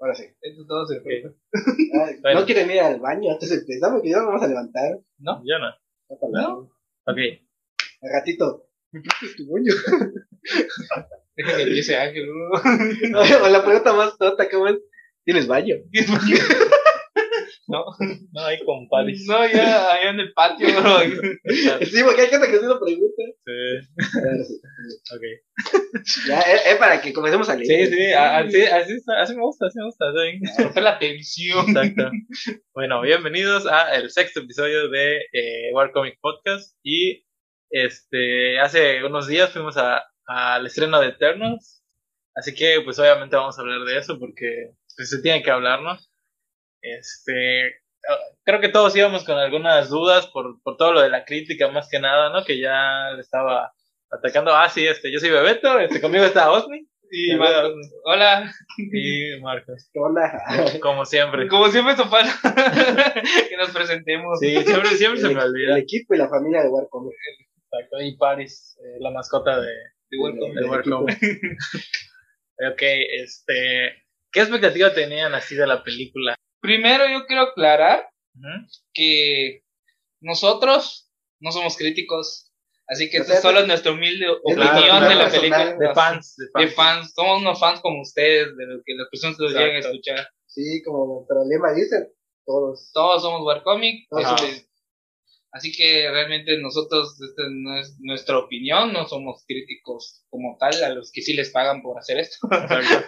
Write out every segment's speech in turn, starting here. Ahora sí. Esto todo se fue. Ay, Bueno. ¿No quieren ir al baño antes de empezar? Porque ya nos vamos a levantar. ¿No? Yo no. No, para nada. Ok. Al ratito. ¿Me prestas tu baño? Deja que empiece Ángel. ¿no? o la pregunta más tonta, ¿cómo es? ¿Tienes baño? No, no hay compadres. No, ya allá en el patio, bro. Sí, porque hay gente que se lo pregunta. Sí, ok. Ya, es es para que comencemos a Sí, leer. sí, a- así, así, está- así me gusta, así me gusta. está bien. Rompe la tensión. Ah. Exacto. Bueno, bienvenidos a el sexto episodio de eh, War Comic Podcast. Y este hace unos días fuimos a- al estreno de Eternals. Así que, pues, obviamente vamos a hablar de eso porque pues, se tiene que hablarnos. Este. ah, Creo que todos íbamos con algunas dudas por, por todo lo de la crítica, más que nada, ¿no? Que ya le estaba atacando. Ah, sí, este, yo soy Bebeto, este, conmigo está Osni Y va- Hola. y Marcos, ¿Qué onda? como siempre. Como siempre, esto pasa. que nos presentemos. Sí, siempre, siempre se me El olvida. equipo y la familia de Warcom. Exacto. Y Paris, eh, la mascota de, Igual con- de Warcom. ok, este. ¿Qué expectativa tenían así de la película? Primero, yo quiero aclarar Ujú. que nosotros no somos críticos, así que O esto sea, es solo nuestra humilde nuestra opinión de personal. la película. De fans, de De fans. fans, somos unos fans como ustedes, de lo que las personas nos llegan a Exacto. escuchar. Sí, como nuestro lema dicen, todos. Todos somos Warcomic, Todos este, somos. así que realmente nosotros, esta no es nuestra opinión, no somos críticos como tal, a los que sí les pagan por hacer esto. Exacto.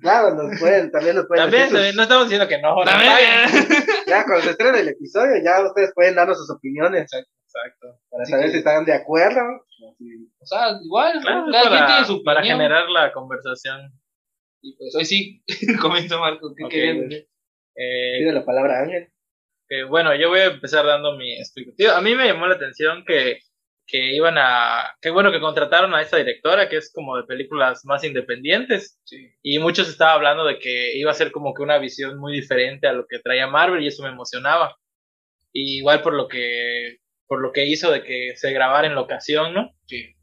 Claro, nos pueden, también nos pueden También, decir sus- también, no estamos diciendo que no. no paguen. También. Ya cuando se estrene el episodio, ya ustedes pueden darnos sus opiniones Exacto. para Así saber que- si están de acuerdo. Así. o sea, igual, Claro, cada quien tiene para, su para opinión. generar la conversación. Y pues hoy sí, comienza Marco, ¿qué Ok, querías güey. decir? Eh, Pide la palabra a Ángel. Eh, bueno, yo voy a empezar dando mi expectativa. A mí me llamó la atención que, que iban a. Qué bueno que contrataron a esta directora, que es como de películas más independientes. Y muchos estaban hablando de que iba a ser como que una visión muy diferente a lo que traía Marvel, y eso me emocionaba. Y igual por lo que, por lo que hizo de que se grabara en locación, ¿no? Sí.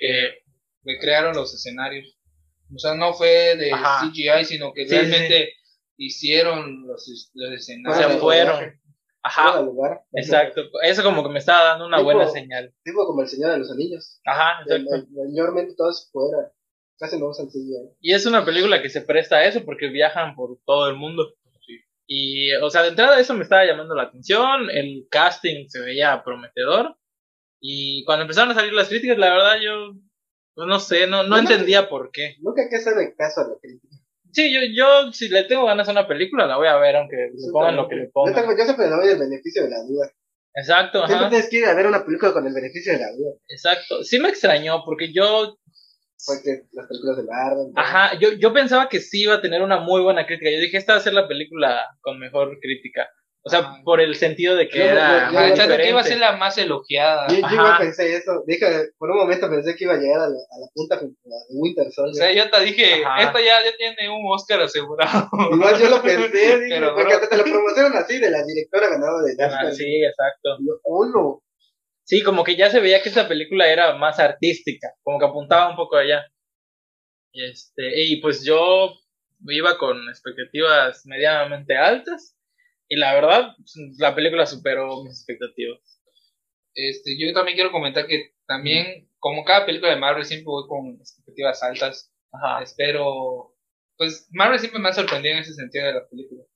Eh, recrearon los escenarios. O sea, no fue de Ajá. CGI, sino que Sí, sí, realmente hicieron los, es- los o escenarios. Fuera sea, de fueron. lugar. Fuera Ajá, de lugar. exacto. Eso como que me estaba dando una Tipo- buena señal. Tipo como el Señor de los Anillos. Ajá, exacto. Ma- Mayormente todos fuera. Casi no usan CGI. Y es una película que se presta a eso porque viajan por todo el mundo. Y, o sea, de entrada eso me estaba llamando la atención, el casting se veía prometedor. Y cuando empezaron a salir las críticas, la verdad yo pues, no sé, no, no Bueno, entendía por qué. Nunca hay que hacerle caso a la crítica. Sí, yo, yo si le tengo ganas a una película, la voy a ver, aunque le pongan lo que le Yo, tengo, pongan. yo siempre le doy el beneficio de la duda. Exacto, Siempre ajá, tienes que ir a ver una película con el beneficio de la duda. exacto. Sí me extrañó porque yo Porque las películas de Marvel. ¿no? Ajá, yo, yo pensaba que sí iba a tener una muy buena crítica. Yo dije, esta va a ser la película con mejor crítica. O sea, Ajá. por el sentido de que Yo- yo- era. yo- Ajá, muy yo- Chato, que iba a diferente. ser la más elogiada. Yo, yo Ajá. igual pensé eso. Dije, por un momento pensé que iba a llegar a la, a la punta junto a la de Winter O Soldier. sea, yo te dije, Ajá. esta ya, ya tiene un Oscar asegurado. Igual yo lo pensé, dije, Pero, porque bro. hasta te lo promocionan así, de la directora ganada de oh, Ah, Jasper. Sí, exacto. Uno. Sí, como que ya se veía que esta película era más artística, como que apuntaba un poco allá. Este, y pues yo iba con expectativas medianamente altas y la verdad pues, la película superó mis expectativas. Este, yo también quiero comentar que también, como cada película de Marvel, siempre voy con expectativas altas. Ajá. Espero. Pues Marvel siempre me ha sorprendido en ese sentido de las películas.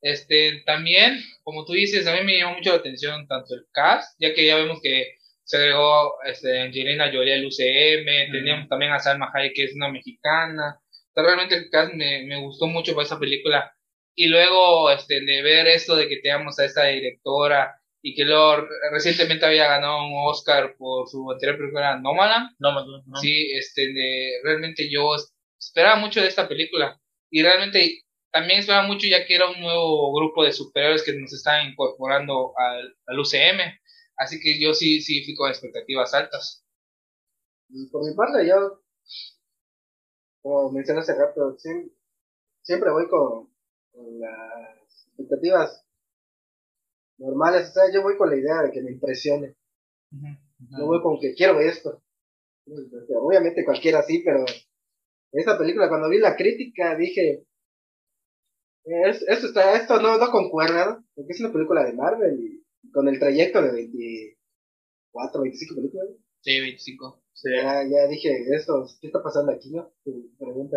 Este, también, como tú dices, a mí me llamó mucho la atención tanto el cast, ya que ya vemos que se agregó este, Angelina Jolie al UCM, Ujú. teníamos también a Salma Hayek, que es una mexicana. O sea, realmente el cast me, me gustó mucho para esa película. Y luego, este, de ver esto de que tengamos a esta directora y que luego re- recientemente había ganado un Oscar por su anterior película, Nomadland. No, no, no. Sí, este, de- realmente yo es- esperaba mucho de esta película y realmente también esperaba mucho ya que era un nuevo grupo de superhéroes que nos estaban incorporando al, al UCM, así que yo sí, sí fui con expectativas altas. Y por mi parte, yo, como mencioné hace rato, siem- siempre voy con, con las expectativas normales. O sea, yo voy con la idea de que me impresione. No voy con que quiero esto. O sea, obviamente cualquiera sí, pero esta película, cuando vi la crítica, dije, Es, esto, está, esto no, no concuerda, porque es una película de Marvel y con el trayecto de 24, 25 películas. Sí, 25. Sí. Ya, ya dije, eso, ¿qué está pasando aquí, no? Tu pregunta.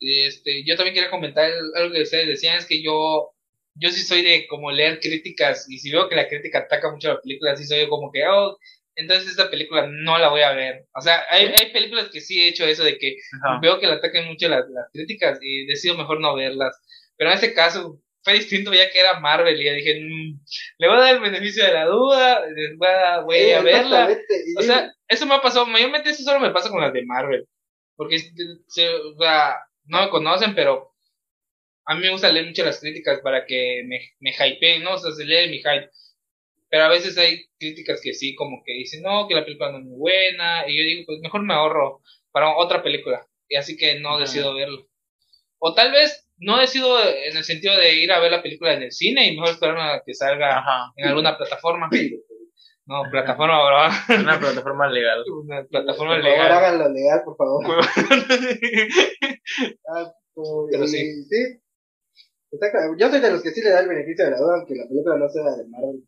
Este, yo también quería comentar algo que ustedes decían, es que yo, yo sí soy de como leer críticas y si veo que la crítica ataca mucho a la película, sí soy como que, oh, entonces esta película no la voy a ver. O sea, hay, hay películas que sí he hecho eso de que Ajá. veo que le atacan mucho las, las críticas y decido mejor no verlas. Pero en este caso fue distinto ya que era Marvel y ya dije, "Mm, le voy a dar el beneficio de la duda, les voy a, voy a verla. Eh, Exactamente, y O sea, eso me ha pasado, mayormente eso solo me pasa con las de Marvel. Porque, es- se- o sea, no me conocen, pero a mí me gusta leer mucho las críticas para que me, me hypeen, ¿no? O sea, se lee mi hype. Pero a veces hay críticas que sí, como que dicen, no, que la película no es muy buena. Y yo digo, pues mejor me ahorro para otra película. Y así que no Ajá. decido verlo. O tal vez no decido en el sentido de ir a ver la película en el cine y mejor esperarme a que salga Ajá. en alguna plataforma. No, plataforma, bro. Una plataforma legal. Una plataforma por favor, legal. háganlo legal, por favor. Como- Pero y- sí. sí. Exacto. Yo soy de los que sí le da el beneficio de la duda, aunque la película no sea de Marvel.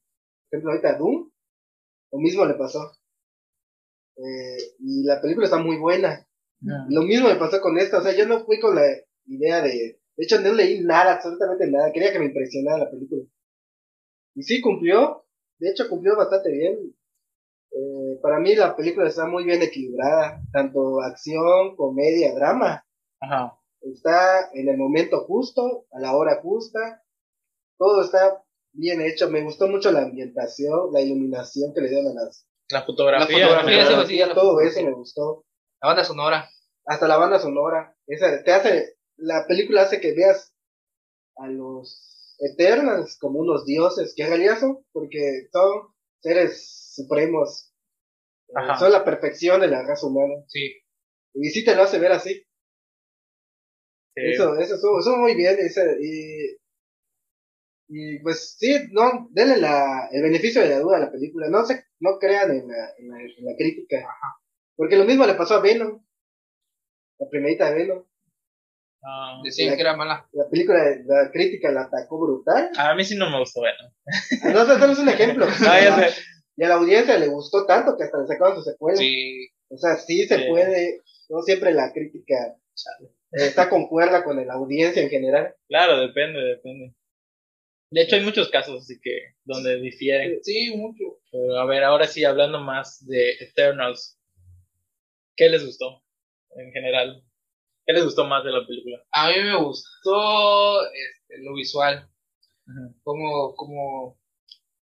Por ejemplo, ahorita Doom, lo mismo le pasó. Eh, y la película está muy buena. Lo mismo me pasó con esta. O sea, yo no fui con la idea de. De hecho, no leí nada, absolutamente nada. Quería que me impresionara la película. Y sí, cumplió. De hecho, cumplió bastante bien. Eh, para mí, la película está muy bien equilibrada. Tanto acción, comedia, drama Ajá. está en el momento justo, a la hora justa, todo está bien hecho, me gustó mucho la ambientación, la iluminación que le dieron a las La La fotografía. fotografía, ¿verdad? eso fotografía, sí, la todo fotografía. eso me gustó, La banda sonora. hasta la banda sonora, esa te hace, la película hace que veas a los Eternals como unos dioses, que en realidad son, porque son seres supremos, eh, Ajá. son la perfección de la raza humana, Sí. y sí te lo hace ver así. Sí. Eso, eso estuvo, estuvo muy bien. ese- y, y pues sí, no, denle la, el beneficio de la duda a la película. No se, no crean en la, en la, en la crítica. Porque lo mismo le pasó a Venom. La primerita de Venom. Ah. Decían que era mala. La película, la crítica la atacó brutal. A mí sí no me gustó verla. No, eso solo es un ejemplo. No, Ah, ya sé. Y a la audiencia le gustó tanto que hasta le sacaron su secuela. Sí. O sea, sí se Sí. puede. No siempre la crítica eh, está concuerda con la audiencia en general. Claro, depende, depende. De hecho, hay muchos casos así que donde difieren. Sí, mucho. Pero, a ver, ahora sí, hablando más de Eternals, ¿qué les gustó en general? ¿Qué les gustó más de la película? A mí me gustó este, lo visual. Cómo, cómo,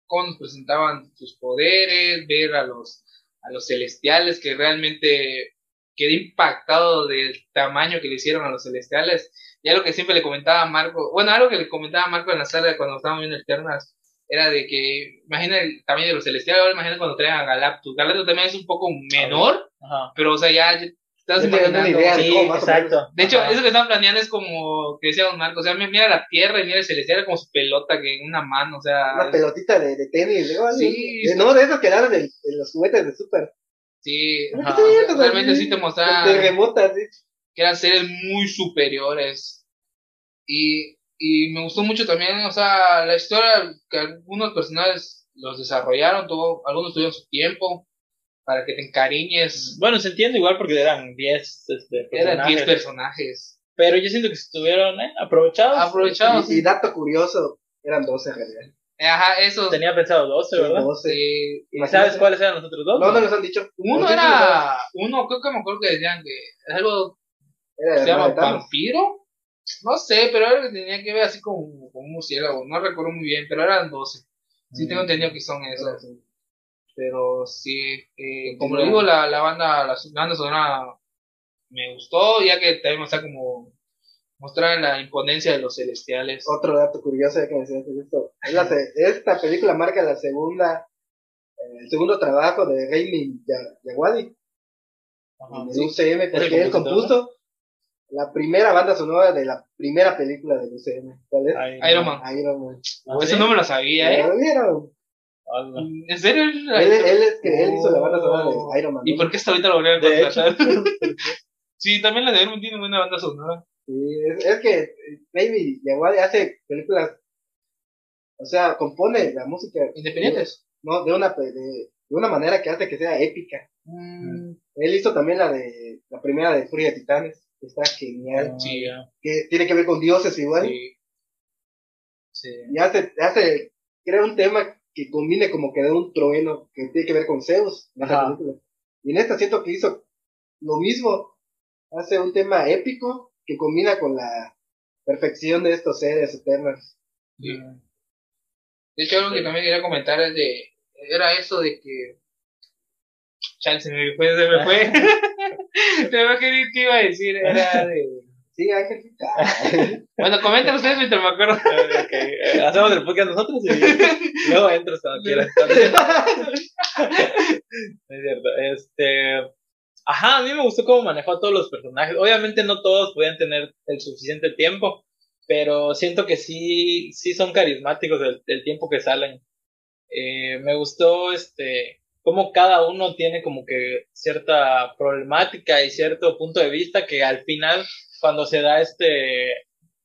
cómo nos presentaban sus poderes, ver a los, a los celestiales que realmente quedé impactado del tamaño que le hicieron a los celestiales. Ya lo que siempre le comentaba a Marco, bueno, algo que le comentaba a Marco en la sala cuando estábamos viendo externas, era de que, imagina el tamaño de los celestiales, ahora imagina cuando traen a Galactus. Galactus también es un poco menor, Ajá. pero o sea, ya ya estás Ya te dan una imaginando. idea. Sí, Sí, más o exacto. De hecho, Ajá. eso que están planeando es como que decía Don Marco, o sea, mira la Tierra y mira el celestial como su pelota que en una mano, o sea, Una pelotita de, de tenis. ¿no? Sí. De- No, de esos quedaron en, en los juguetes de Super. sí, Ajá. Sí, o sea, o sea, realmente sí te mostraban Te rebotas, sí. que eran seres muy superiores. Y, y me gustó mucho también, o sea, la historia que algunos personajes los desarrollaron, tuvo, algunos tuvieron su tiempo para que te encariñes. Bueno, se entiende igual porque eran 10 este, Eran 10 personajes, personajes. Pero yo siento que estuvieron eh, aprovechados. Ah, Aprovechados. Y, y dato curioso, eran 12 en realidad. Ajá, esos. Tenía pensado 12, ¿verdad? 12. eh, ¿Y sabes cuáles eran los otros dos? No, no nos han dicho. uno Porque era. Uno, creo que me acuerdo que decían que algo era se el hermano llama de Thanos. vampiro. No sé, pero era que tenía que ver así como, como un murciélago. No recuerdo muy bien, pero eran 12. Sí, Mm. tengo entendido que son esos. pero sí, eh, como Continúa. lo digo, la, la banda, la su- banda sonora me gustó, ya que también está como mostrar la imponencia de los celestiales. Otro dato curioso ya que mencionaste esto. Es la se- esta película marca la segunda, eh, el segundo trabajo de Raimi Ya- Yawadi Ajá. en el UCM, el porque él compositor, compuso la primera banda sonora de la primera película del UCM. ¿Cuál es? Iron Man. Iron Man. ¿Ah, Eso sí? Ah, no me lo sabía, ¿eh? ¿Lo vieron? Hola. ¿En serio? Él, él es que él hizo la banda sonora Oh. de Iron Man. ¿Y ¿no? por qué hasta ahorita lo volvieron a De hecho. contratar? sí, también la de Iron Man tiene buena banda sonora. Sí, es, es que eh, Baby Yawade hace películas, o sea, compone la música Independientes. no de una pe- de, de una manera que hace que sea épica. Mm, Él hizo también la de la primera de Furia de Titanes, que está genial, sí, ah, que tiene que ver con dioses igual. sí. Sí. Y hace, hace, crea un tema que combine como que de un trueno que tiene que ver con Zeus. en esa Ajá. película. Y en esta siento que hizo lo mismo. Hace un tema épico que combina con la perfección de estos seres eternos. Sí. De hecho, algo que también quería comentar es de, era eso de que, chale, se me fue, se me fue, se me fue que iba a decir, era de, Sí, Ángel. bueno, comenten ustedes mientras me acuerdo. Ok, eh, Hacemos el podcast nosotros y luego entras cuando quieras. No, no es cierto. No es cierto. Este. Ajá, a mí me gustó cómo manejó a todos los personajes. Obviamente no todos podían tener el suficiente tiempo, pero siento que sí, sí son carismáticos el, el tiempo que salen. Eh, me gustó este cómo cada uno tiene como que cierta problemática y cierto punto de vista que al final cuando se da este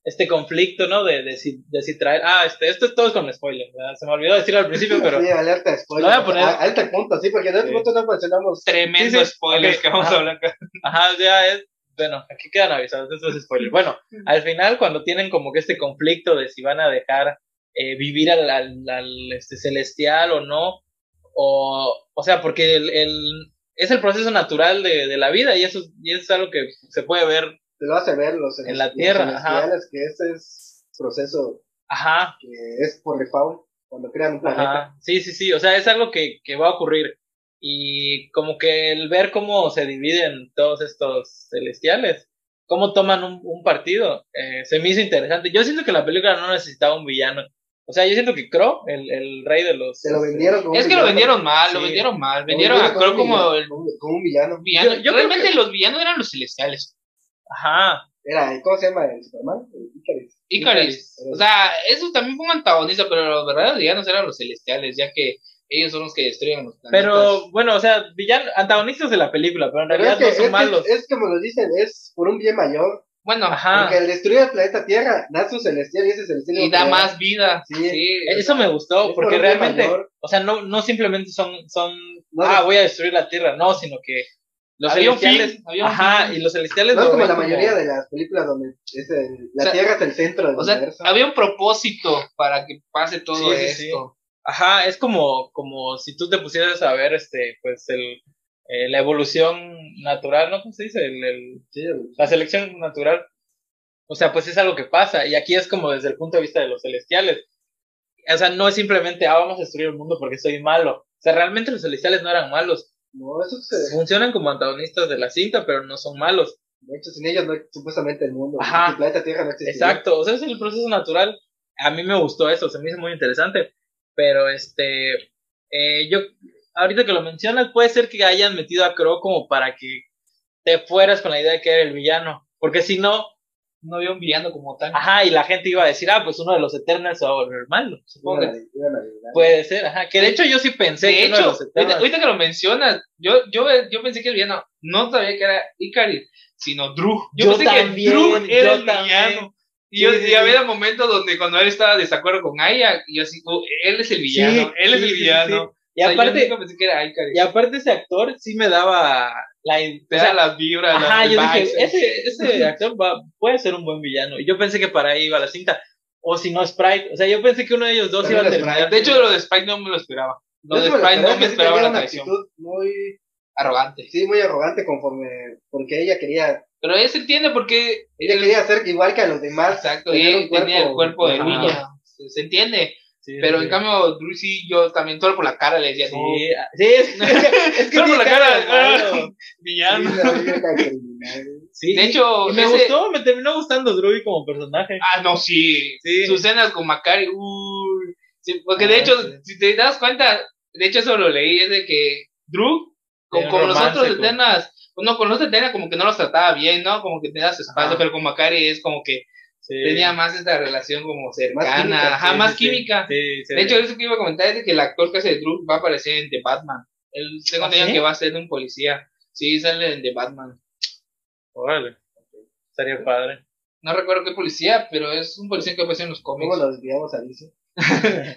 este conflicto, ¿no? De, de, si, de si traer. Ah, este, esto es todo con spoiler, ¿verdad? Se me olvidó decir al principio, pero. Sí, alerta de spoiler. Lo voy a poner- A- Alerta de punto, sí, porque en este Sí. punto no mencionamos. Tremendo Sí, sí. spoilers Ok, que vamos ajá. a hablar acá. Ajá, ya es. Bueno, aquí quedan avisados, eso es spoiler. Bueno, al final, cuando tienen como que este conflicto de si van a dejar eh, vivir al, al, al, este, celestial o no, o, o sea, porque el, el- es el proceso natural de, de la vida y eso, es- y es algo que se puede ver, Te lo hace ver los En la los Tierra, ajá. celestiales, que ese es proceso ajá, que es por default cuando crean un planeta. Ajá, sí, sí, sí, o sea, es algo que, que va a ocurrir. Y como que el ver cómo se dividen todos estos celestiales, cómo toman un, un partido, eh, se me hizo interesante. Yo siento que la película no necesitaba un villano. O sea, yo siento que Crow, el, el rey de los... Se lo vendieron como Es un que lo villano. vendieron mal, lo Sí. vendieron mal, Lo vendieron a Crow vendieron como el como un villano, como un villano. villano. Yo- yo creo Realmente los villanos eran los celestiales. Ajá, Era, ¿cómo se llama el Superman? El Icarus. Icaris. Icaris. O sea, eso también fue un antagonista, pero los verdaderos villanos eran los celestiales, ya que ellos son los que destruyen los planetas. pero bueno, o sea, villano, antagonistas de la película, pero en Pero realidad es, que, no son es que- malos. es como lo dicen, es por un bien mayor. Bueno, Ajá, Porque al destruir el planeta Tierra, nace un celestial y ese celestial. y lo da crea. más vida. Sí. sí. Eh, eso me Es gustó, por un porque bien realmente... mayor. O sea, no, no simplemente son, son No, ah, no. voy a destruir la Tierra, no, sino que los Había un celestiales, fin, había un ajá, fin. y los celestiales No es lo como ven la mayoría de las películas donde es el- la O sea, Tierra es el centro del O sea, ah, universo. había un propósito para que pase todo Sí, sí, sí. esto. ajá, es como, como si tú te pusieras a ver, este, pues el, eh, la evolución natural, ¿no? ¿Cómo se dice? El- el- Sí, el- la selección natural. O sea, pues es algo que pasa y aquí es como desde el punto de vista de los celestiales. O sea, no es simplemente, ah, vamos a destruir el mundo porque soy malo. O sea, realmente los celestiales no eran malos. no, eso eh, se, Funcionan como antagonistas de la cinta, pero no son malos. de hecho, sin ellos no, supuestamente el mundo, Ajá. el planeta Tierra no existe. Exacto, o sea, es el proceso natural. A mí me gustó eso, se me hizo muy interesante. Pero este, eh, yo, ahorita que lo mencionas, puede ser que hayan metido a Crow como para que te fueras con la idea de que era el villano. Porque si no, No había un villano como tal. ajá, y la gente iba a decir, ah, pues uno de los Eternals o el malo, supongo. Iban que pues, a- iban a adivinar. Puede ser, ajá. Que de hecho yo sí pensé de que uno hecho, de los ahorita, Eternals. ahorita que lo mencionas, yo, yo, yo pensé que el villano no sabía que era Icaris, sino Drug. Yo, Yo pensé que también, Drug era yo el también. villano. Y, yo, Sí, sí, y había sí. momentos donde cuando él estaba de desacuerdo con Aya, y yo así, oh, él es el villano, él es sí, el sí, sí, villano. Y O sea, yo aparte, nunca pensé que era Icaris. y aparte ese actor sí me daba la, o Te sea, da las vibras, las- Ajá, el yo dije, vibe. ese, ese actor va- puede ser un buen villano. Y yo pensé que para ahí iba la cinta. O si no, Sprite. O sea, yo pensé que uno de ellos dos También iba a Sprite. terminar. De hecho, lo de Spike no me lo esperaba. Lo Yo de sí me esperaba, Spike no me que sí esperaba tenía la una traición. actitud muy Arrogante. Sí, muy arrogante conforme, porque ella quería, Pero él se entiende porque ella quería hacer igual que a los demás. Exacto, tener él un cuerpo- tenía el cuerpo de Ajá. niña. Se, se entiende. Sí, Pero sí. en cambio, Drew sí, yo también, solo por la cara le decía, Sí, no, ah, sí, es, es que Solo tiene por la cara de de malo. villano. Sí, la vida criminal. Sí. De hecho, Y me ese- gustó, me terminó gustando Druid como personaje. Ah, no, sí. Sí. Sus cenas con Macari, uy. Sí, porque de Ah, hecho, sí. si te das cuenta, de hecho eso lo leí, es de que Drew, con, Era con los romance pues. otros con- Eternas, no, con los Eternas como que no los trataba bien, ¿no? Como que tenía su espacio, Ajá. pero con Macari es como que Sí. tenía más esta relación como cercana, química, ajá, Sí, más sí, sí. química. Sí, sí. De hecho, eso que iba a comentar es de que el actor que hace de Drew va a aparecer en The Batman. El tengo ¿Ah, entendido sí? que va a ser un policía. Sí, sale en The Batman. Órale. Estaría padre. no recuerdo qué policía, pero es un policía que aparece en los ¿Cómo cómics. nos desviamos a Alicia?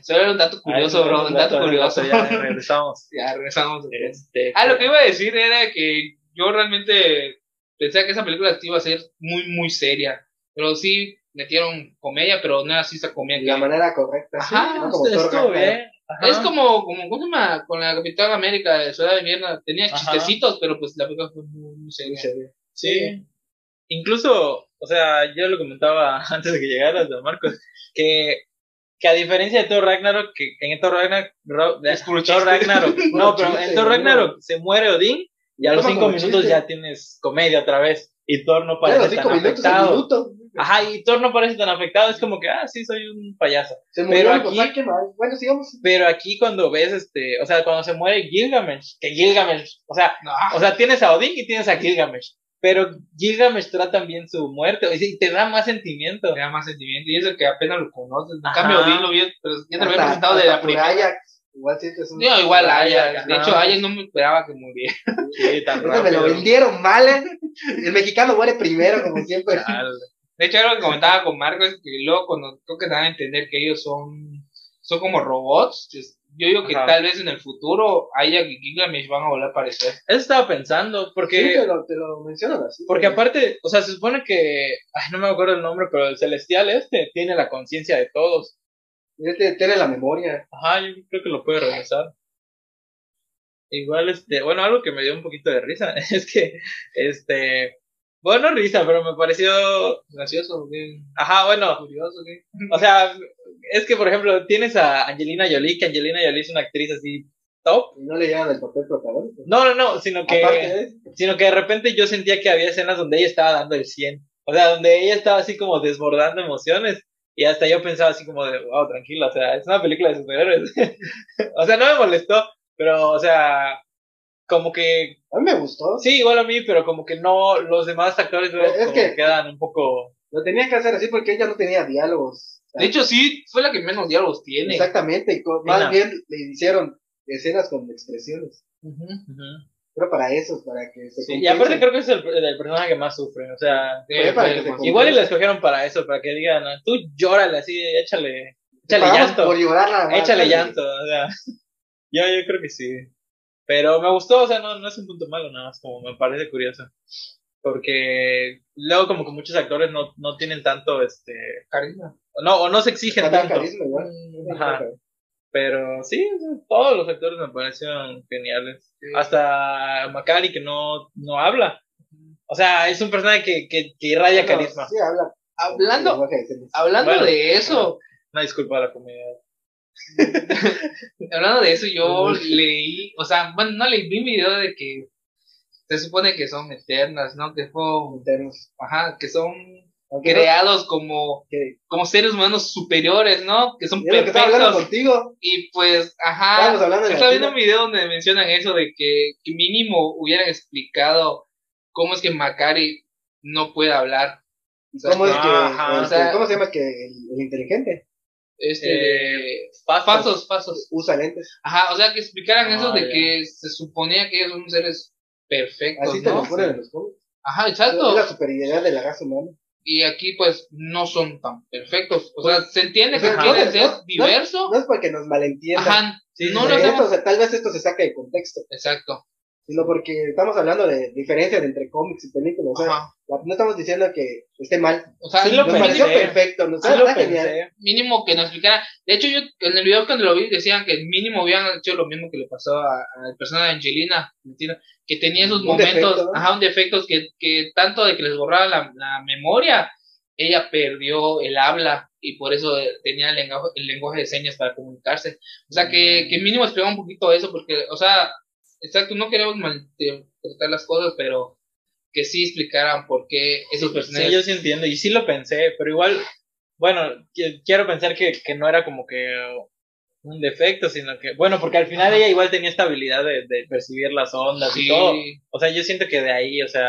Solo era un dato curioso, bro, un dato curioso. Ya regresamos. Ya regresamos. Este, Ah, lo que iba a decir era que yo realmente pensaba que esa película sí iba a ser muy, muy seria. Pero sí metieron comedia, pero no era así esa comedia. De que- la manera correcta. sí, Ajá, no como estuvo estuvo Thor Ragnarok. bien. Ajá. Es como, como, ¿cómo se llama? Con la Capitán América de Ciudad de Mierda. Tenía Ajá. chistecitos, pero pues la película fue muy, muy seria. Sí, sí. Sí. Incluso, o sea, yo lo comentaba antes de que llegaras, don Marcos, que, que a diferencia de Thor Ragnarok, que en Thor Ragnarok, Ro- de- Es puro Thor chiste. Ragnarok, no, pero en chiste, Thor boludo. Ragnarok se muere Odín y a los Toma cinco como minutos chiste. ya tienes comedia otra vez y Thor no Ya parece los cinco tan minutos, un afectado. Ah, minuto. Ajá, y Thor no parece tan afectado, es como que, ah, sí, soy un payaso. Se murió Pero mi papá, aquí- qué mal. Bueno, sigamos. Pero aquí cuando ves, este, o sea, cuando se muere Gilgamesh, que Gilgamesh, o sea, No, ah, O sea, tienes a Odín y tienes a Gilgamesh. Pero Gilgamesh trata bien su muerte. Y sí, te da más sentimiento. te da más sentimiento. Y es el que apenas lo conoces. En Ajá. cambio, Odín lo vi, pero ya te lo había Hasta- presentado de hasta la por primera. Ajax. Igual sientes un. No, igual Ajax. Ajax, De ajá. hecho, Ajax no me esperaba que muriera. Sí, tan Esto me lo vendieron mal, ¿eh? El mexicano muere primero, como siempre. Ah, De hecho, algo que comentaba con Marco es que luego cuando creo que te dan a entender que ellos son, son como robots, es- yo digo que Ajá. tal vez en el futuro Ajax y Gilgamesh van a volver a aparecer. Eso estaba pensando, Sí, porque, te lo, te lo mencionan así. porque aparte, o sea, se supone que, ay, no me acuerdo el nombre, pero el celestial este tiene la conciencia de todos. Este tiene la memoria. Ajá, yo creo que lo puede regresar. Igual, este, bueno, algo que me dio un poquito de risa es que, este, bueno, risa, pero me pareció, Gracioso, bien ajá, bueno, curioso, ¿qué? O sea, es que, por ejemplo, tienes a Angelina Jolie, que Angelina Jolie es una actriz así top. Y no le llevan el papel protagónico. No, no, no, sino Aparte ¿eh? que, de eso, sino que de repente yo sentía que había escenas donde ella estaba dando el 100. O sea, donde ella estaba así como desbordando emociones. Y hasta yo pensaba así como de, wow, tranquila, o sea, es una película de superhéroes. o sea, no me molestó, pero, o sea, como que, a mí me gustó. sí, igual a mí, pero como que no, los demás actores luego Es como que- quedan un poco... Lo tenía que hacer así porque ella no tenía diálogos. O sea, De hecho, sí, fue la que menos diálogos tiene. exactamente. y co- más Nena. bien le hicieron escenas con expresiones. Ujú. Pero para eso, para que se Sí, y compense. aparte creo que es el, el personaje que más sufre, o sea... Sí, Oye, para que fue te más- Como Igual y que- la escogieron para eso, para que digan, "Ah, tú llórale así, échale, échale Pagamos llanto, Por llorar nada más. échale ¿sabes? llanto, o sea, yo, yo creo que sí. Pero me gustó, o sea, no, no es un punto malo nada más, como me parece curioso. Porque luego como que muchos actores no, no tienen tanto, este, carisma. o no, o no se exigen Falta tanto. carisma, igual. Ajá. Pero sí, o sea, todos los actores me parecieron geniales. Sí. Hasta Macari que no, no habla. O sea, es un personaje que, que, que irradia Bueno, carisma. Sí, habla. Hablando, lenguaje de señas. hablando Bueno, de eso, Una disculpa a la comunidad. hablando de eso, yo Ujú. leí, o sea, bueno, no leí, vi un video de que se supone que son eternas, ¿no? Que fue, Internos. ajá, que son Aunque no- creados como, que- como seres humanos superiores, ¿no? Que son es lo que estaba hablando perfectos. contigo. Y pues, Estábamos ajá. hablando de la Estaba viendo altura. un video donde mencionan eso de que, que mínimo hubieran explicado cómo es que Macari no puede hablar. O sea, ¿Cómo es que, Ajá. el- O sea- ¿Cómo se llama que el, el inteligente Este. Eh, Pasos. pasos, pasos. usa lentes? Ajá, o sea, que explicaran Ah, eso de ya. que se suponía que ellos son seres Pues perfectos, Así te ¿no? lo ponen en los cómics. Ajá, Es la exacto. superioridad de la raza humana. Y aquí, pues, no son tan perfectos. O sea, se entiende que Ajá. quieren No, no, ser no. diverso. No es porque nos malentiendan. Ajá, Sí, no sí, Porque lo sí. hacemos. esto se- tal vez esto se saca de contexto, exacto. sino porque estamos hablando de diferencias entre cómics y películas. o sea, Ajá. la- no estamos diciendo que esté mal. O sea, Sí lo nos pensé. pareció perfecto, nos Sí lo Ah, está genial. pensé. mínimo que nos explicara. De hecho, yo en el video cuando lo vi decían que mínimo habían hecho lo mismo que le pasó a- a la persona de Angelina, Argentina, que tenía esos Un momentos, defecto, ¿no? ajá, un defectos que, que tanto de que les borraba la, la memoria, ella perdió el habla y por eso eh, tenía el lenguaje, el lenguaje de señas para comunicarse. O sea, que, Mm. que mínimo explicaba un poquito eso, porque, o sea, exacto, no queremos maltratar las cosas, pero que sí explicaran por qué esos personajes Sí, yo sí entiendo. Y sí lo pensé, pero igual, bueno, qui- quiero pensar que, que no era como que un defecto, sino que, bueno, porque al final Ajá. ella igual tenía esta habilidad de, de percibir las ondas y Sí, todo. O sea, yo siento que de ahí, o sea,